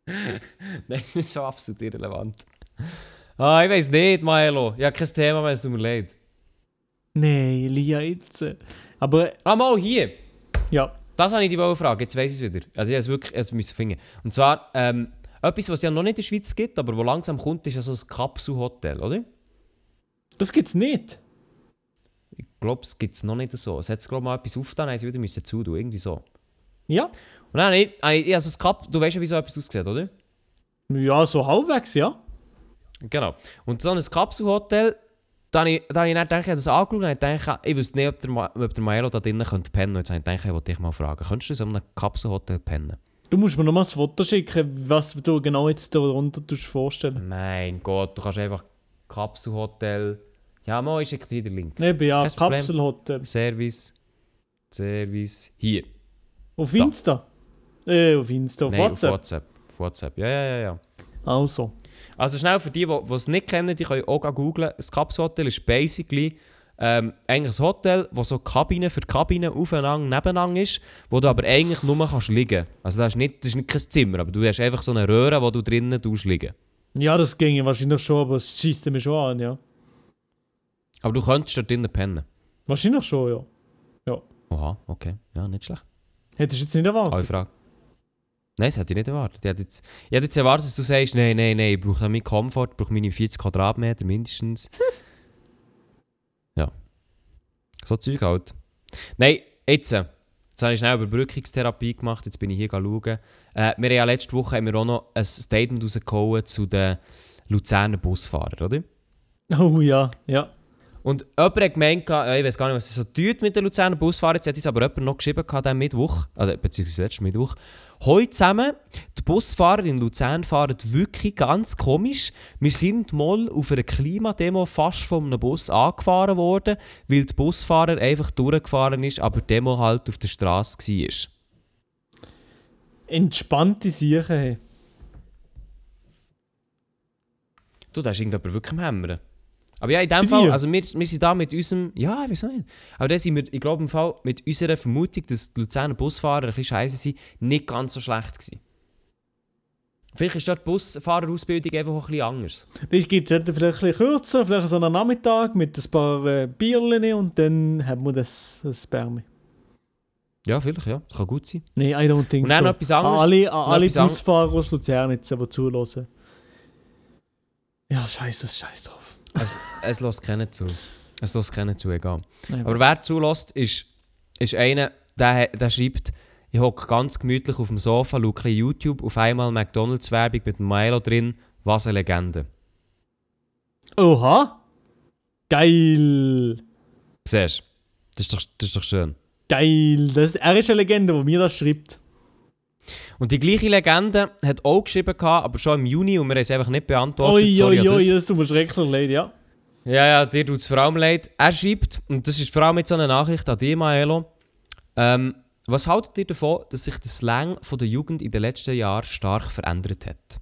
Speaker 1: Nein, das ist schon absolut irrelevant. Ah, ich weiß nicht, Milo. Ich habe kein Thema mehr, es tut mir leid.
Speaker 2: Nein, Lia jetzt. äh, Aber
Speaker 1: Ah, mal hier.
Speaker 2: ja,
Speaker 1: Das habe ich dich fragen. Jetzt weiß ich es wieder. Also ich muss es wirklich also müssen finden. Und zwar, ähm, etwas, was es ja noch nicht in der Schweiz gibt, aber wo langsam kommt, ist ja so ein Kapselhotel, oder?
Speaker 2: das gibt's nicht.
Speaker 1: Ich glaube, es gibt es noch nicht so. Es hat, glaube ich, mal etwas aufgetan, haben sie wieder müssen zutun, irgendwie so. Und
Speaker 2: Ja.
Speaker 1: dann habe ich, habe ich ich habe so ein Kap... Du weißt ja, wie so etwas aussieht, oder?
Speaker 2: Ja, so halbwegs, ja.
Speaker 1: Genau. Und so ein Kapselhotel, da habe ich, da habe ich dann gedacht, ich habe das angeschaut und habe gedacht, ich wüsste nicht, ob der, Ma- ob der Maelo da drinnen könnte pennen könnte. Jetzt habe ich gedacht, ich wollte dich mal fragen, könntest du in so einem Kapselhotel pennen?
Speaker 2: Du musst mir nochmal ein Foto schicken, was du genau jetzt darunter tust
Speaker 1: Mhm.
Speaker 2: vorstellen.
Speaker 1: Mein Gott, du kannst einfach Kapselhotel... Ja, mal, ich schicke dir den Link.
Speaker 2: Eben, ja,
Speaker 1: Kein Problem.
Speaker 2: Kapselhotel.
Speaker 1: Service, Service, hier.
Speaker 2: Auf Insta. Äh, auf Insta, auf
Speaker 1: Nein,
Speaker 2: WhatsApp.
Speaker 1: auf WhatsApp. Auf WhatsApp, ja, ja, ja, ja.
Speaker 2: Also.
Speaker 1: Also schnell für die, die die es nicht kennen, die können auch googlen. Ein Kapshotel ist basically ähm, eigentlich ein Hotel, wo so Kabine für Kabine aufeinander, nebeneinander ist, wo du aber eigentlich nur kannst liegen kannst. Also das ist, nicht, das ist nicht kein Zimmer, aber du hast einfach so eine Röhre, wo du drinnen tust liegen.
Speaker 2: Ja, das ginge wahrscheinlich schon, aber es schießt mich schon an, ja.
Speaker 1: Aber du könntest dort drinnen pennen.
Speaker 2: Wahrscheinlich schon, ja.
Speaker 1: Oha, okay. Ja, nicht schlecht.
Speaker 2: Hättest du jetzt nicht erwartet?
Speaker 1: Alle Frage. Nein, das hätte ich nicht erwartet. Ich hätte jetzt, ich hätte jetzt erwartet, dass du sagst, nein, nein, nein, ich brauche noch meinen Komfort, ich brauche meine 40 Quadratmeter mindestens. ja. So Zeug halt. Nein, jetzt. äh, Jetzt habe ich schnell Überbrückungstherapie gemacht, jetzt bin ich hier schauen. Äh, wir haben ja letzte Woche haben wir auch noch ein Statement rausgehauen zu den Luzerner Busfahrern, oder? Halt.
Speaker 2: Oh ja, ja.
Speaker 1: Und jemand hat gemeint, gehabt, ja, ich weiß gar nicht, was es so tut mit den Luzerner Busfahrern. Jetzt hat uns aber jemand noch geschrieben, gehabt, diesen Mittwoch, also, beziehungsweise letzten Mittwoch. Heute zusammen, die Busfahrer in Luzern fahren wirklich ganz komisch. Wir sind mal auf einer Klimademo fast von einem Bus angefahren worden, weil der Busfahrer einfach durchgefahren ist, aber die Demo halt auf der Straße war.
Speaker 2: Entspannte Sachen, hey.
Speaker 1: Du, da ist irgendjemand wirklich am Hämmern. Aber ja, in dem
Speaker 2: Bei
Speaker 1: Fall,
Speaker 2: dir?
Speaker 1: also wir, wir sind da mit unserem, ja, ich weiß nicht. Aber da sind wir, ich glaube im Fall, mit unserer Vermutung, dass die Luzerner Busfahrer ein bisschen scheiße sind, nicht ganz so schlecht gewesen. Vielleicht ist dort die Busfahrerausbildung einfach auch ein bisschen anders.
Speaker 2: Das gibt es vielleicht ein bisschen kürzer, vielleicht so einen Nachmittag mit ein paar äh, Bierchen und dann hat man das, das Spermi.
Speaker 1: Ja, vielleicht, ja. Das kann gut sein.
Speaker 2: Nein, I don't think
Speaker 1: Und dann
Speaker 2: so.
Speaker 1: noch etwas anderes.
Speaker 2: An alle,
Speaker 1: Noch
Speaker 2: an alle
Speaker 1: etwas an-
Speaker 2: Busfahrer aus Luzern jetzt, die zulassen. Ja, scheiß das, scheiß drauf.
Speaker 1: Es, es lässt keinen zu. Es lässt keinen zu, egal.
Speaker 2: Nein,
Speaker 1: Aber wer zulässt, ist, ist einer, der, der schreibt, ich hocke ganz gemütlich auf dem Sofa, schaue ein bisschen YouTube, auf einmal McDonalds-Werbung mit dem Milo drin. Was eine Legende.
Speaker 2: Oha! Geil!
Speaker 1: Siehst du? Das ist doch, das ist doch schön.
Speaker 2: Geil! Das, er ist eine Legende, wo mir das schreibt.
Speaker 1: Und die gleiche Legende hat auch geschrieben, gehabt, aber schon im Juni und wir haben es einfach nicht beantwortet.
Speaker 2: Oi,
Speaker 1: Sorry an
Speaker 2: oi,
Speaker 1: das.
Speaker 2: oi, das tut mir schrecklich leid, ja.
Speaker 1: Ja, ja, dir tut es vor allem leid. Er schreibt, und das ist vor allem jetzt so eine Nachricht an dich, Maelo. Ähm, was haltet ihr davon, dass sich der Slang von der Jugend in den letzten Jahren stark verändert hat?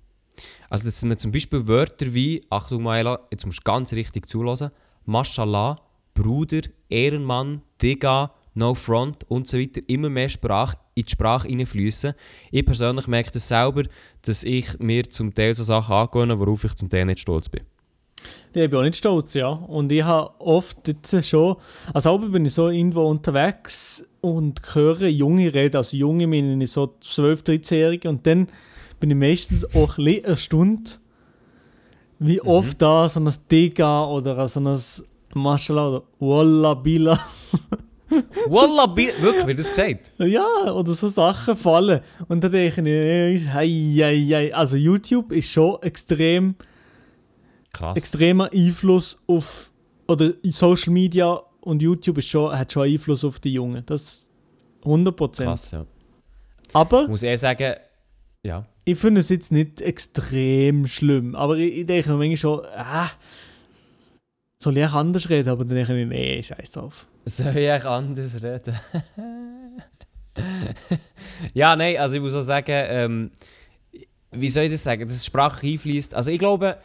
Speaker 1: Also, dass man zum Beispiel Wörter wie, Achtung, Maelo, jetzt musst du ganz richtig zulassen, Mashallah, Bruder, Ehrenmann, Digga, No Front und so weiter immer mehr Sprach, in die Sprache reinfließen. Ich persönlich merke das selber, dass ich mir zum Teil so Sachen angewöhne, worauf ich zum Teil nicht stolz bin.
Speaker 2: Ja, Ich bin auch nicht stolz, ja. Und ich habe oft jetzt schon, also oben bin ich so irgendwo unterwegs und höre junge reden, also junge meine ich so 12, 13-Jährige und dann bin ich meistens auch ein bisschen erstaunt, wie oft da so ein Digga oder so ein Maschala oder Walla Bila,
Speaker 1: Wallah, bi- wirklich, wird das gesagt?
Speaker 2: ja, oder so Sachen fallen. Und dann denke ich, hei, hei, hei. also YouTube ist schon extrem
Speaker 1: Krass.
Speaker 2: extremer Einfluss auf oder Social Media und YouTube ist schon, hat schon Einfluss auf die Jungen. Das 100%.
Speaker 1: Krass, ja.
Speaker 2: Aber
Speaker 1: Muss ich sagen, ja.
Speaker 2: ich finde es jetzt nicht extrem schlimm. Aber ich, ich denke mir manchmal schon, ah, soll ich auch anders reden? Aber dann denke ich, nee, scheiß drauf.
Speaker 1: Soll ich anders reden? ja, nein, also ich muss auch sagen, ähm, wie soll ich das sagen, dass Sprache einfließt. Also ich glaube,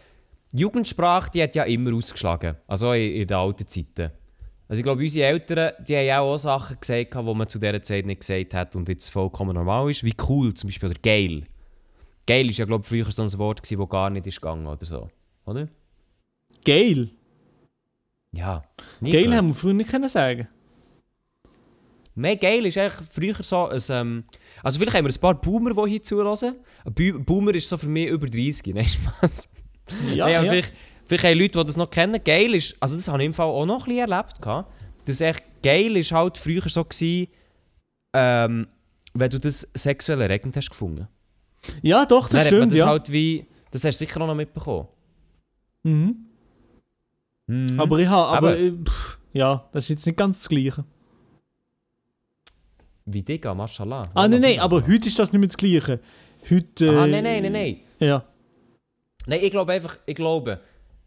Speaker 1: Jugendsprache, die hat ja immer ausgeschlagen. Also auch in, in den alten Zeiten. Also ich glaube, unsere Eltern, die haben ja auch Sachen gesagt, gehabt, die man zu dieser Zeit nicht gesagt hat und jetzt vollkommen normal ist. Wie cool zum Beispiel oder geil. Geil ist ja, glaube ich, früher so ein Wort, gewesen, das gar nicht ist gegangen oder so. Oder?
Speaker 2: Geil.
Speaker 1: Ja. Nie
Speaker 2: Geil
Speaker 1: gehört.
Speaker 2: haben wir früher nicht können sagen.
Speaker 1: Nein, geil ist eigentlich früher so ein... Ähm, also vielleicht haben wir ein paar Boomer, die hier zulassen. Ein Bu- Boomer ist so für mich über 30, ne? Spaß.
Speaker 2: Ja,
Speaker 1: Nein, aber
Speaker 2: ja.
Speaker 1: Vielleicht, vielleicht haben Leute, die das noch kennen. Geil ist, also das habe ich im Fall auch noch ein bisschen erlebt. gehabt. Das echt geil ist halt früher so gewesen, ähm, wenn du das sexuell erregend hast gefunden.
Speaker 2: ja, doch,
Speaker 1: Dann hat
Speaker 2: das
Speaker 1: man
Speaker 2: stimmt,
Speaker 1: das
Speaker 2: ja.
Speaker 1: halt wie, das hast du sicher auch noch mitbekommen.
Speaker 2: mhm.
Speaker 1: Mhm.
Speaker 2: Aber ich habe, aber,
Speaker 1: Aber-
Speaker 2: äh, pff, ja, das ist jetzt nicht ganz das Gleiche.
Speaker 1: wie Digga, mashallah.
Speaker 2: Ah, nein, nein, aber heute ist das nicht mehr das Gleiche. Heute...
Speaker 1: Ah,
Speaker 2: äh,
Speaker 1: nein, nein, nein, nein.
Speaker 2: Ja.
Speaker 1: Nein, ich glaube einfach, ich glaube,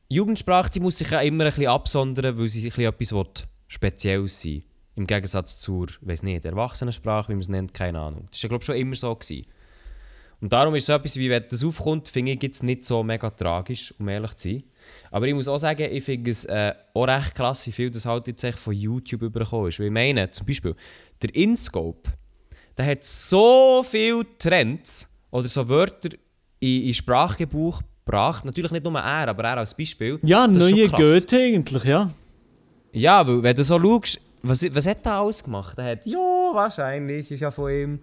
Speaker 1: Jugendsprache die muss sich ja immer ein bisschen absondern, weil sie ein bisschen etwas will, Spezielles sein Im Gegensatz zur, weiß nicht, Erwachsenensprache, wie man es nennt, keine Ahnung. Das war, glaube ich, schon immer so. Gewesen. Und darum ist so etwas, wie wenn das aufkommt, finde ich, jetzt nicht so mega tragisch, um ehrlich zu sein. Aber ich muss auch sagen, ich finde es äh, auch recht krass, wie viel das halt jetzt echt von YouTube überkommen ist. Weil ich meine, zum Beispiel, der InScope, der hat so viele Trends oder so Wörter in, in Sprachgebrauch gebracht. Natürlich nicht nur er, aber er als Beispiel.
Speaker 2: Ja,
Speaker 1: Das ist schon
Speaker 2: neue
Speaker 1: krass.
Speaker 2: Goethe eigentlich, ja.
Speaker 1: Ja, weil wenn du so schaust, was, was hat er alles gemacht? Er hat, ja, wahrscheinlich, ist ja von ihm.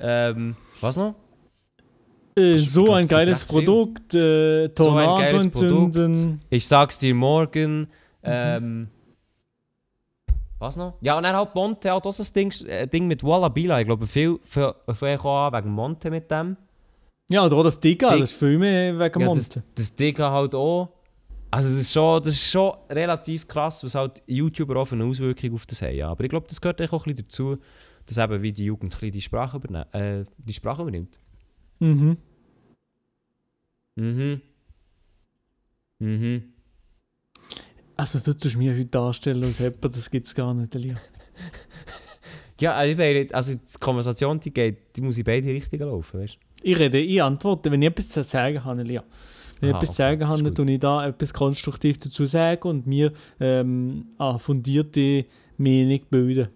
Speaker 1: Ähm, was noch?
Speaker 2: Äh, so
Speaker 1: glaub,
Speaker 2: ein
Speaker 1: es gibt
Speaker 2: geiles
Speaker 1: recht viel.
Speaker 2: Produkt, äh,
Speaker 1: So ein
Speaker 2: Tornado
Speaker 1: geiles
Speaker 2: entzünden.
Speaker 1: Ich sag's dir morgen. Ähm, was noch? Ja, und dann halt Monte, halt auch so ein Ding, äh, Ding mit Wallabila. Ich glaube, viel fängt auch an wegen Monte mit dem.
Speaker 2: Ja, oder auch das Digga,
Speaker 1: Dig-
Speaker 2: das ist viel mehr wegen
Speaker 1: Ja, das,
Speaker 2: Monte.
Speaker 1: das Digga halt auch. Also, das ist, schon, das ist schon relativ krass, was halt YouTuber auch für eine Auswirkung auf das haben. Ja. Aber ich glaube, das gehört eigentlich auch ein bisschen dazu, dass eben wie die Jugend ein bisschen die Sprache, überne- äh, die Sprache übernimmt.
Speaker 2: Mhm.
Speaker 1: Mhm. Mhm.
Speaker 2: Also du tust mir heute darstellen als jemand, das gibt's gar nicht, Elia.
Speaker 1: Ja, also ich meine, also die Konversation, die geht, die muss in beide Richtungen laufen, weißt du?
Speaker 2: Ich rede, ich antworte, wenn ich etwas zu sagen habe, Elia. Wenn ich
Speaker 1: Ah,
Speaker 2: etwas zu
Speaker 1: okay,
Speaker 2: sagen
Speaker 1: ist
Speaker 2: habe, dann
Speaker 1: gut.
Speaker 2: tue ich da etwas konstruktiv dazu sagen und mir ähm, eine fundierte Meinung bilden.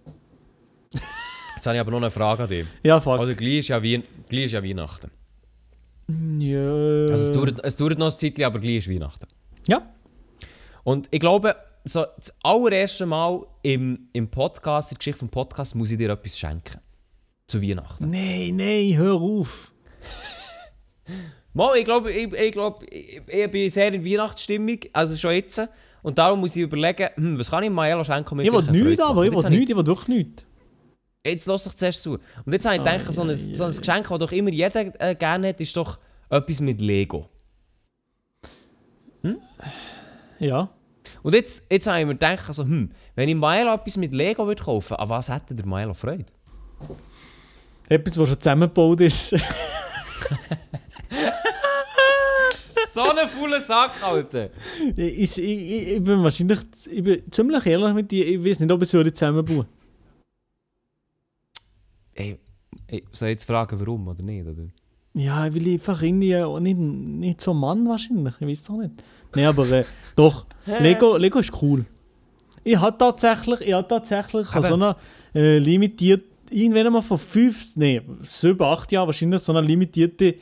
Speaker 1: Jetzt habe ich aber noch eine Frage an dich.
Speaker 2: Ja, fuck.
Speaker 1: Also gleich ist ja, Wien, gleich ist ja Weihnachten.
Speaker 2: ja.
Speaker 1: Also es dauert, es dauert noch ein Zeitchen, aber gleich ist Weihnachten.
Speaker 2: Ja.
Speaker 1: Und ich glaube, so das allererste Mal im, im Podcast, in der Geschichte vom Podcast, muss ich dir etwas schenken. Zu Weihnachten.
Speaker 2: Nein, nein, hör auf.
Speaker 1: Mal, ich glaube, ich, ich, glaube, ich, ich bin sehr in Weihnachtsstimmung, also schon jetzt. Und darum muss ich überlegen, hm, was kann ich Maelo schenken, um mir
Speaker 2: Ich will
Speaker 1: vielleicht eine Freude
Speaker 2: nichts,
Speaker 1: zu
Speaker 2: aber
Speaker 1: machen.
Speaker 2: ich
Speaker 1: Jetzt
Speaker 2: will
Speaker 1: habe
Speaker 2: nichts, ich will wirklich nichts. Ah,
Speaker 1: Jetzt lass ich zuerst zu. Und jetzt habe ich gedacht, so, ein, so ein Geschenk, das doch immer jeder äh, gerne hat, ist doch etwas mit Lego.
Speaker 2: Ja.
Speaker 1: Und jetzt, jetzt habe ich mir gedacht, also, hm, wenn ich Maelo etwas mit Lego würde kaufen würde, an was hätte der Maelo Freude?
Speaker 2: Etwas, was schon zusammengebaut ist.
Speaker 1: so einen faulen Sack, Alter!
Speaker 2: ich, ich, ich, ich bin wahrscheinlich ich bin ziemlich ehrlich mit dir. Ich weiß nicht, ob ich es würde zusammenbauen
Speaker 1: Ey, ey, soll ich jetzt fragen, warum oder nicht? Oder?
Speaker 2: Ja, weil ich einfach irgendwie auch nicht, nicht so ein Mann wahrscheinlich. Ich weiß doch nicht. Nein, aber äh, doch, Lego, Lego ist cool. Ich habe tatsächlich, ich habe tatsächlich an
Speaker 1: Aber-
Speaker 2: so einer äh, limitiert, irgendwann mal vor fünf, nee, sieben, acht Jahren wahrscheinlich so eine limitierte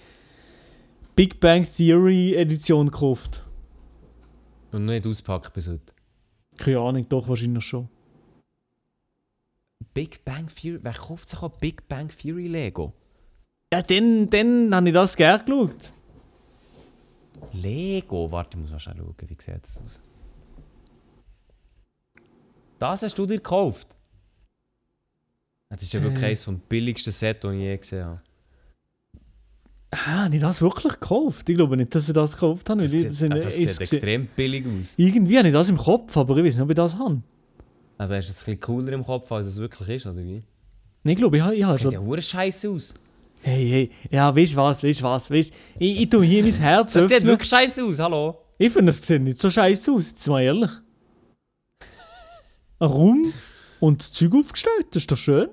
Speaker 2: Big Bang Theory Edition gekauft.
Speaker 1: Und nicht auspackt bis heute.
Speaker 2: Keine Ahnung, doch wahrscheinlich schon.
Speaker 1: Big Bang Theory, wer kauft sich auch Big Bang Theory Lego?
Speaker 2: Ja, dann, dann habe ich das gerne geschaut.
Speaker 1: Lego? Warte, ich muss mal schnell schauen, wie sieht das aus? Das hast du dir gekauft? Das ist ja wirklich eines vom billigsten Set, das ich je gesehen habe.
Speaker 2: Ah, habe ich das wirklich gekauft? Ich glaube nicht, dass ich das gekauft habe.
Speaker 1: Das,
Speaker 2: weil ich-
Speaker 1: sieht, ah, das
Speaker 2: ich-
Speaker 1: sieht
Speaker 2: ich-
Speaker 1: extrem billig aus.
Speaker 2: Irgendwie habe ich das im Kopf, aber ich weiß nicht, ob ich das habe.
Speaker 1: Also hast du es ein bisschen cooler im Kopf, als es wirklich ist, oder wie?
Speaker 2: Nein, ich glaube, ich habe, ich habe
Speaker 1: Das sieht
Speaker 2: schon.
Speaker 1: ja hure scheiße aus.
Speaker 2: Hey, hey, ja, weißt du was, weißt du was, weißt du, ich, ich tue hier mein Herz
Speaker 1: Das sieht
Speaker 2: öffnen.
Speaker 1: wirklich scheiße aus, hallo?
Speaker 2: Ich finde, es sieht nicht so scheiße aus, jetzt mal ehrlich. Ein Raum und das Zeug aufgestellt, das ist doch schön.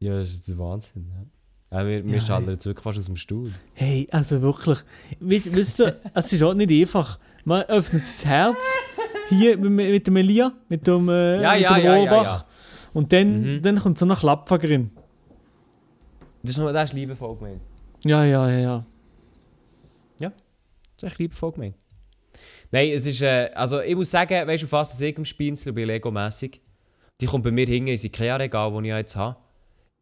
Speaker 1: Ja, das ist der Wahnsinn. Ja. Ja, wir wir
Speaker 2: Ja,
Speaker 1: schallern jetzt wirklich fast aus dem Stuhl.
Speaker 2: Hey, also wirklich, wisst, wisst ihr, es ist auch nicht einfach. Man öffnet sein Herz, hier mit, mit dem Elia, mit dem, äh,
Speaker 1: Ja,
Speaker 2: mit
Speaker 1: ja,
Speaker 2: dem
Speaker 1: ja, ja,
Speaker 2: Rohrbach.
Speaker 1: ja. Mhm.
Speaker 2: Und dann, dann kommt so ein Klapfer drin.
Speaker 1: Das ist, nur, das ist liebevoll gemeint.
Speaker 2: Ja, ja, ja, ja.
Speaker 1: Das ist ein lieber Volk gemeint. Nein, es ist, äh, also ich muss sagen, weißt du, fast ich im Spinsel bin Lego-mässig. Die kommt bei mir hinten ins IKEA-Regal, das ich ja jetzt habe.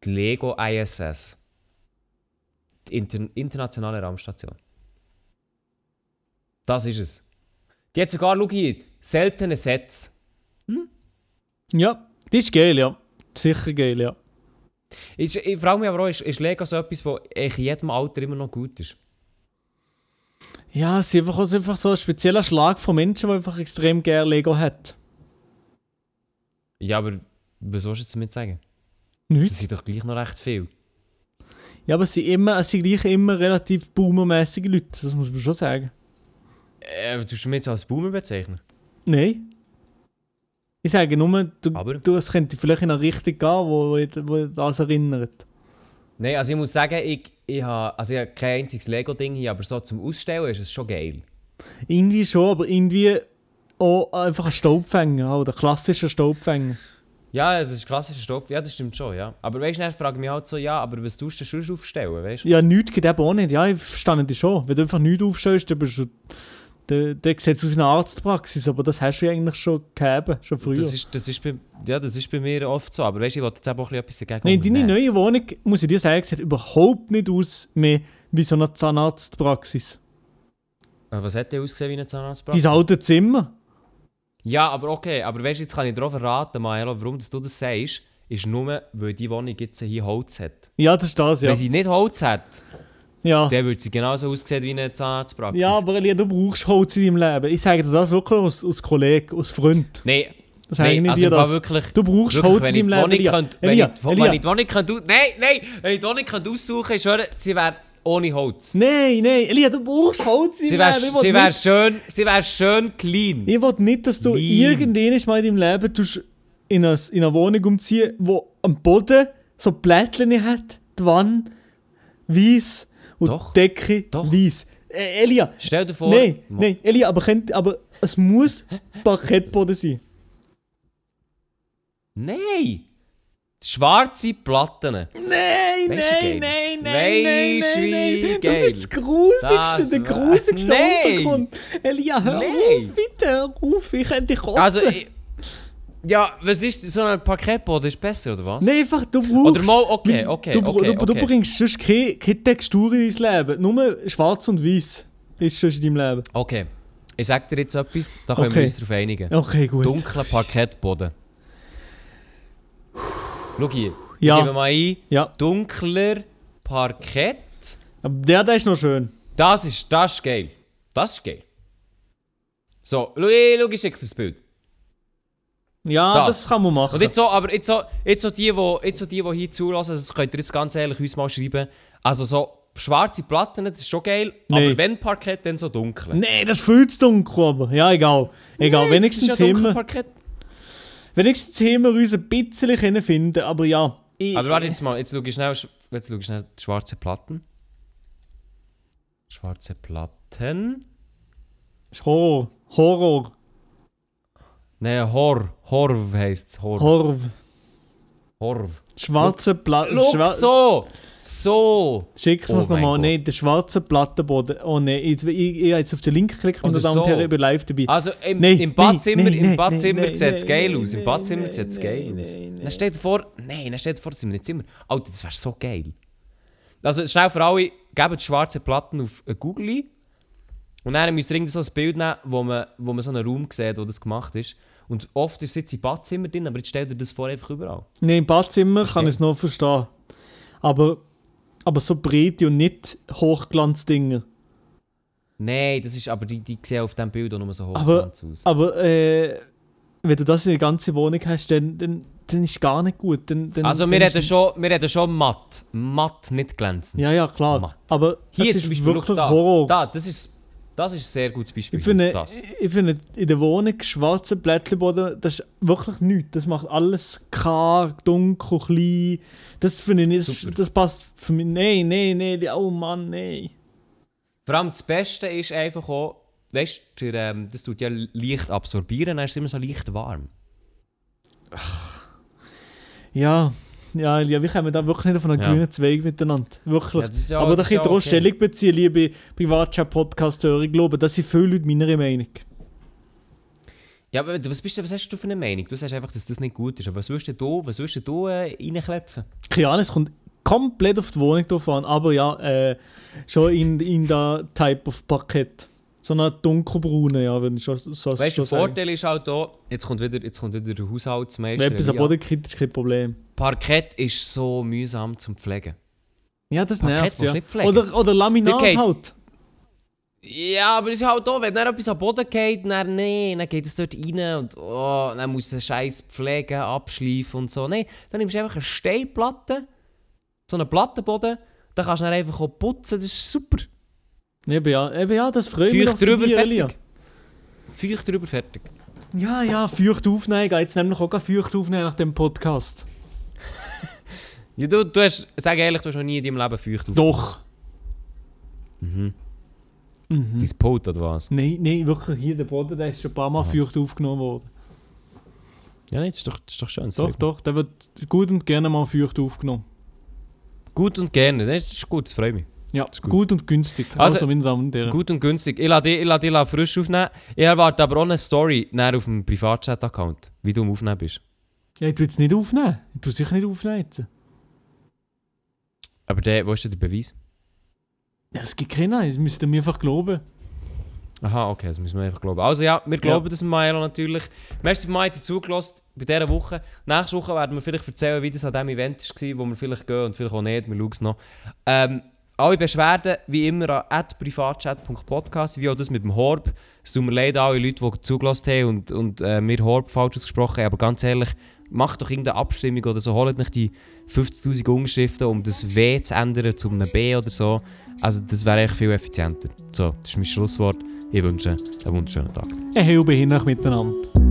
Speaker 1: Die Lego ISS. Die Inter internationale Raumstation. Das ist es. Die hat sogar, schau hier, seltene Sets.
Speaker 2: Ja, das ist geil, ja. Sicher geil, ja.
Speaker 1: Ich, ich frage mich aber auch, ist, ist Lego so etwas, das eigentlich in jedem Alter immer noch gut ist?
Speaker 2: Ja, es ist einfach, es ist einfach so ein spezieller Schlag von Menschen, die einfach extrem gerne Lego hat.
Speaker 1: Ja, aber was willst du jetzt damit sagen? Das
Speaker 2: Nichts.
Speaker 1: sind doch gleich noch recht viel.
Speaker 2: Ja, aber es sind, immer, es sind gleich immer relativ boomermäßige Leute, das muss man schon sagen.
Speaker 1: Äh, tust du mich jetzt als Boomer bezeichnen?
Speaker 2: Nein. Ich sage nur, du,
Speaker 1: Aber-
Speaker 2: du, es könnte vielleicht in eine Richtung gehen, wo, wo, wo das erinnert.
Speaker 1: Nein, also ich muss sagen, ich, ich habe also ich habe kein einziges Lego-Ding hier, aber so zum Ausstellen ist es schon geil.
Speaker 2: Irgendwie schon, aber irgendwie auch einfach ein Staubfänger, oder ein klassischer Staubfänger.
Speaker 1: Ja, das ist klassischer Stoff. Ja, das stimmt schon, ja. Aber weißt du, dann frage ich mich halt so, ja, aber was tust du denn sonst aufstellen, weißt du?
Speaker 2: Ja, nichts geht eben auch nicht. Ja, ich verstehe dich schon. Wenn du einfach nichts aufschaust, dann bist du... Dann, dann sieht es aus einer Arztpraxis, aber das hast du ja eigentlich schon gegeben, schon früher.
Speaker 1: Das ist, das, ist bei, ja, das ist bei mir oft so, aber weißt du, ich wollte jetzt eben auch ein bisschen etwas dagegen
Speaker 2: Nein, deine
Speaker 1: unternehmen.
Speaker 2: neue Wohnung, muss ich dir sagen, sieht überhaupt nicht aus mehr wie so eine Zahnarztpraxis.
Speaker 1: Aber Was hat der ausgesehen wie ein Zahnarztpraxis?
Speaker 2: Dein alte Zimmer?
Speaker 1: Ja, aber okay, aber weißt du, jetzt kann ich darauf verraten, Maelo, warum dass du das sagst, ist nur, weil die Wohnung jetzt hier Holz hat.
Speaker 2: Ja, das ist das, ja.
Speaker 1: Wenn sie nicht Holz hat,
Speaker 2: Ja,
Speaker 1: dann würde sie genauso aussehen wie eine Zahnarztpraxis.
Speaker 2: ja aber Elia, du brauchst Holz in deinem Leben. Ich sage dir das wirklich aus, aus Kollegen, aus Freunden.
Speaker 1: Nein,
Speaker 2: Das sage ich
Speaker 1: nein
Speaker 2: nicht
Speaker 1: also
Speaker 2: dir
Speaker 1: ich
Speaker 2: das.
Speaker 1: das wirklich...
Speaker 2: Du brauchst
Speaker 1: Wirklich,
Speaker 2: Holz
Speaker 1: wenn ich
Speaker 2: in
Speaker 1: die
Speaker 2: deinem Leben.
Speaker 1: Wohnung
Speaker 2: Elia.
Speaker 1: könnte- wenn
Speaker 2: Elia,
Speaker 1: ich die- Wenn ich die Wohnung könnte... au- Nein, nein! Wenn ich die Wohnung könnte aussuchen könnte, ich schwöre, sie wäre ohne Holz.
Speaker 2: Nein, nein, Elia, du brauchst Holz in
Speaker 1: Sie
Speaker 2: deinem
Speaker 1: wäre
Speaker 2: Leben. Ich will
Speaker 1: sie wär
Speaker 2: nicht-
Speaker 1: schön, sie wär schön clean.
Speaker 2: Ich will nicht, dass du
Speaker 1: Nein.
Speaker 2: irgendwann mal in deinem Leben tust in, eine, in eine Wohnung umziehen, wo am Boden so Blättchen hat, die Wand weiß und
Speaker 1: Doch.
Speaker 2: die Decke
Speaker 1: Doch.
Speaker 2: weiß. Äh, Elia,
Speaker 1: Stell dir vor...
Speaker 2: nein,
Speaker 1: Mo-
Speaker 2: nein, Elia, aber, könnt, aber es muss Parkettboden sein.
Speaker 1: Nein! Schwarze Platten.
Speaker 2: Nein,
Speaker 1: Weisst du, geil.
Speaker 2: nein, nein, nein, nein,
Speaker 1: Weisst du,
Speaker 2: nein, nein.
Speaker 1: wie geil.
Speaker 2: Das ist das grusigste,
Speaker 1: Das
Speaker 2: der
Speaker 1: wär-
Speaker 2: grusigste
Speaker 1: Nein.
Speaker 2: Untergrund. Elia, hör
Speaker 1: Nein.
Speaker 2: auf, bitte, hör auf, ich könnte dich kotzen.
Speaker 1: Also... Ich, ja, was ist... So ein Parkettboden ist besser, oder was?
Speaker 2: Nein, einfach, du brauchst...
Speaker 1: Oder mal- okay, okay,
Speaker 2: du, br-
Speaker 1: okay,
Speaker 2: du, du
Speaker 1: okay.
Speaker 2: bringst sonst keine, keine Textur in dein Leben. Nur schwarz und weiß ist schon in deinem Leben.
Speaker 1: Okay. Ich sag dir jetzt etwas, da können
Speaker 2: Okay.
Speaker 1: wir uns drauf einigen.
Speaker 2: Okay, gut.
Speaker 1: Dunkler Parkettboden. Schau hier.
Speaker 2: Ja.
Speaker 1: Ich gebe mal ein.
Speaker 2: Ja,
Speaker 1: Dunkler Parkett.
Speaker 2: aber der, der ist noch schön.
Speaker 1: Das ist, das ist geil. Das ist geil. So, schau, ich schau, ich schicke dir das Bild.
Speaker 2: Ja, das,
Speaker 1: Das.
Speaker 2: kann man machen.
Speaker 1: Und jetzt so, aber jetzt so, jetzt so die, wo, jetzt so die, die hier zulassen, also das könnt ihr jetzt ganz ehrlich uns mal schreiben. Also so schwarze Platten, das ist schon geil,
Speaker 2: Nein.
Speaker 1: aber wenn Parkett, dann so dunkel.
Speaker 2: Nein, das ist viel zu dunkel, aber ja, egal. Egal,
Speaker 1: Nein,
Speaker 2: wenigstens
Speaker 1: das ist ja dunkler
Speaker 2: Thema,
Speaker 1: Parkett.
Speaker 2: wenigstens Thema uns ein bisschen können finden, aber ja. Ich,
Speaker 1: Aber warte jetzt mal, jetzt schau ich schnell, sch- jetzt schau ich schnell schwarze Platten. Schwarze Platten.
Speaker 2: ist Horror. Horror.
Speaker 1: Nein, Hor. Horv heisst Hor.
Speaker 2: Horror.
Speaker 1: Horv.
Speaker 2: Schwarze Platte.
Speaker 1: Schwa so! So!
Speaker 2: Schick's
Speaker 1: Oh
Speaker 2: mir's
Speaker 1: mein
Speaker 2: nochmal.
Speaker 1: Gott.
Speaker 2: Nein, der schwarze Plattenboden. Oh nein, ich, ich, ich hab jetzt auf den Link geklickt, meine
Speaker 1: Oder
Speaker 2: Damen und
Speaker 1: so.
Speaker 2: Herren, ich bin live dabei.
Speaker 1: Also im,
Speaker 2: Nein,
Speaker 1: im Badzimmer,
Speaker 2: nein, nein,
Speaker 1: im Badzimmer
Speaker 2: nein,
Speaker 1: sieht es
Speaker 2: nein,
Speaker 1: geil
Speaker 2: nein,
Speaker 1: aus. Im
Speaker 2: nein,
Speaker 1: Badzimmer
Speaker 2: nein,
Speaker 1: sieht es
Speaker 2: nein,
Speaker 1: geil aus.
Speaker 2: nein,
Speaker 1: Dann steht vor, nein, dann steht vor, das sind wir nicht Zimmer. Alter, das wäre so geil. Also schnell für alle, gebt die schwarze Platten auf äh, Google ein. Und dann müsst ihr irgendwie so ein Bild nehmen, wo man, wo man so einen Raum sieht, wo das gemacht ist. Und oft ist es jetzt im Badzimmer drin, aber jetzt stellt ihr das vor einfach überall.
Speaker 2: Nein, im Badzimmer kann
Speaker 1: Okay.
Speaker 2: ich es noch verstehen. Aber, aber so breite und nicht Hochglanzdinge.
Speaker 1: Nein, das ist, aber die, die sehen auf diesem Bild auch nur so hoch
Speaker 2: Aber-
Speaker 1: aus.
Speaker 2: Aber äh, wenn du das in der ganzen Wohnung hast, dann, dann, dann ist gar nicht gut. Dann, dann,
Speaker 1: Also
Speaker 2: dann
Speaker 1: wir
Speaker 2: ist-
Speaker 1: reden, schon, wir reden schon matt. Matt, nicht glänzend.
Speaker 2: Ja, ja, klar.
Speaker 1: Matt.
Speaker 2: Aber
Speaker 1: Hier
Speaker 2: das
Speaker 1: zum
Speaker 2: ist
Speaker 1: Beispiel
Speaker 2: wirklich
Speaker 1: da,
Speaker 2: Horror.
Speaker 1: Da, das ist, das ist ein sehr gutes Beispiel.
Speaker 2: Ich finde,
Speaker 1: das.
Speaker 2: ich finde, in der Wohnung schwarze Blättchenboden, das ist wirklich nichts. Das macht alles karg, dunkel, klein. Das finde ich nicht,
Speaker 1: Super.
Speaker 2: das, das passt für mich. Nein, nein, nein, oh Mann, nein.
Speaker 1: Vor allem das Beste ist einfach auch, weißt du, der, ähm, das tut ja leicht absorbieren, dann ist es immer so leicht warm.
Speaker 2: Ja, Ja, Elia, wir kommen da wirklich nicht auf einen
Speaker 1: Ja.
Speaker 2: grünen Zweig miteinander. Wirklich.
Speaker 1: Ja, das ist ja-
Speaker 2: Aber da
Speaker 1: das ist
Speaker 2: könnt
Speaker 1: ja
Speaker 2: ihr auch
Speaker 1: okay.
Speaker 2: Stellung beziehen, liebe Privatchat-Podcast-Hörer. Ich glaube, das sind viele Leute meiner Meinung.
Speaker 1: Ja, aber was, bist du, was hast du für eine Meinung? Du sagst einfach, dass das nicht gut ist. Aber was würdest denn du, was würdest denn du äh, reinklepfen?
Speaker 2: Keine Ahnung, es kommt komplett auf die Wohnung drauf an, aber ja, äh, schon in, in der Type of Parkett. So eine dunkelbraune, ja, würde ich schon, so
Speaker 1: Weißt du,
Speaker 2: schon
Speaker 1: der Vorteil ist halt auch, jetzt kommt wieder, jetzt kommt wieder der Haushaltsmeister.
Speaker 2: Wenn etwas am
Speaker 1: Elia.
Speaker 2: Boden kriegt, ist kein Problem.
Speaker 1: Parkett ist so mühsam zum Pflegen.
Speaker 2: Ja, das
Speaker 1: Parkett
Speaker 2: nervt,
Speaker 1: musst
Speaker 2: ja.
Speaker 1: nicht pflegen.
Speaker 2: Oder, oder Laminat
Speaker 1: Der geht-
Speaker 2: halt.
Speaker 1: Ja, dus aber es ist halt auch, wenn dann etwas am Boden geht, dann nee, dann geht es dort rein und oh, dann muss der Scheiß pflegen, abschleifen und so. Nein, dann nimmst du einfach eine Steinplatte, so einen Plattenboden, dann kannst du dann einfach auch putzen, das ist super.
Speaker 2: Eben ja, eben ja, das freut mich
Speaker 1: Feucht
Speaker 2: doch für
Speaker 1: drüber,
Speaker 2: dich,
Speaker 1: fertig.
Speaker 2: Elia.
Speaker 1: Feucht drüber, fertig.
Speaker 2: Ja, ja, feucht aufnehmen. Ich gehe jetzt nämlich auch gleich feucht aufnehmen nach dem Podcast.
Speaker 1: Ja, du, du hast, sag ehrlich, du hast noch nie in deinem Leben feucht auf.
Speaker 2: Doch.
Speaker 1: Mhm. Dein Pult oder was?
Speaker 2: Nein, nein, wirklich, hier der Boden, der ist schon ein paar Mal feucht aufgenommen worden.
Speaker 1: Ja, nee, das ist doch, das ist doch schön. das
Speaker 2: Doch,
Speaker 1: freut
Speaker 2: doch, der wird gut und gerne mal feucht aufgenommen.
Speaker 1: mich. Gut und gerne, das ist gut, das freut mich.
Speaker 2: Ja,
Speaker 1: gut.
Speaker 2: gut. und günstig.
Speaker 1: Also,
Speaker 2: Also, meine Damen und Herren.
Speaker 1: Gut und günstig. Ich lasse dich, ich lasse dich la frisch aufnehmen. Ich erwarte aber auch eine Story nachher auf dem Privatchat-Account, wie du am Aufnehmen bist.
Speaker 2: Ja, ich tu jetzt nicht aufnehmen. Ich tu sicher nicht aufnehmen jetzt.
Speaker 1: Aber der, wo ist denn der Beweis?
Speaker 2: Ja, es gibt keinen, das müsst ihr mir einfach glauben.
Speaker 1: Aha, okay, das müssen wir einfach glauben. Also ja, wir glauben das Maelo natürlich. Merci für Mai zugelassen bei dieser Woche. Nächste Woche werden wir vielleicht erzählen, wie das an diesem Event war, wo wir vielleicht gehen und vielleicht auch nicht, wir schauen es noch. Ähm, alle Beschwerden, wie immer, an privatchat.podcast, wie auch das mit dem Horb. Es tut mir leid, alle Leute, die zugelassen haben und, und äh, mir Horb falsch ausgesprochen haben, aber ganz ehrlich, macht doch irgendeine Abstimmung oder so, holt nicht die 50'000 Umschriften, um das W zu ändern zu einem B oder so. Also das wäre echt viel effizienter. So, das ist mein Schlusswort. Ich wünsche einen wunderschönen Tag.
Speaker 2: Ein Helbe hin nach miteinander.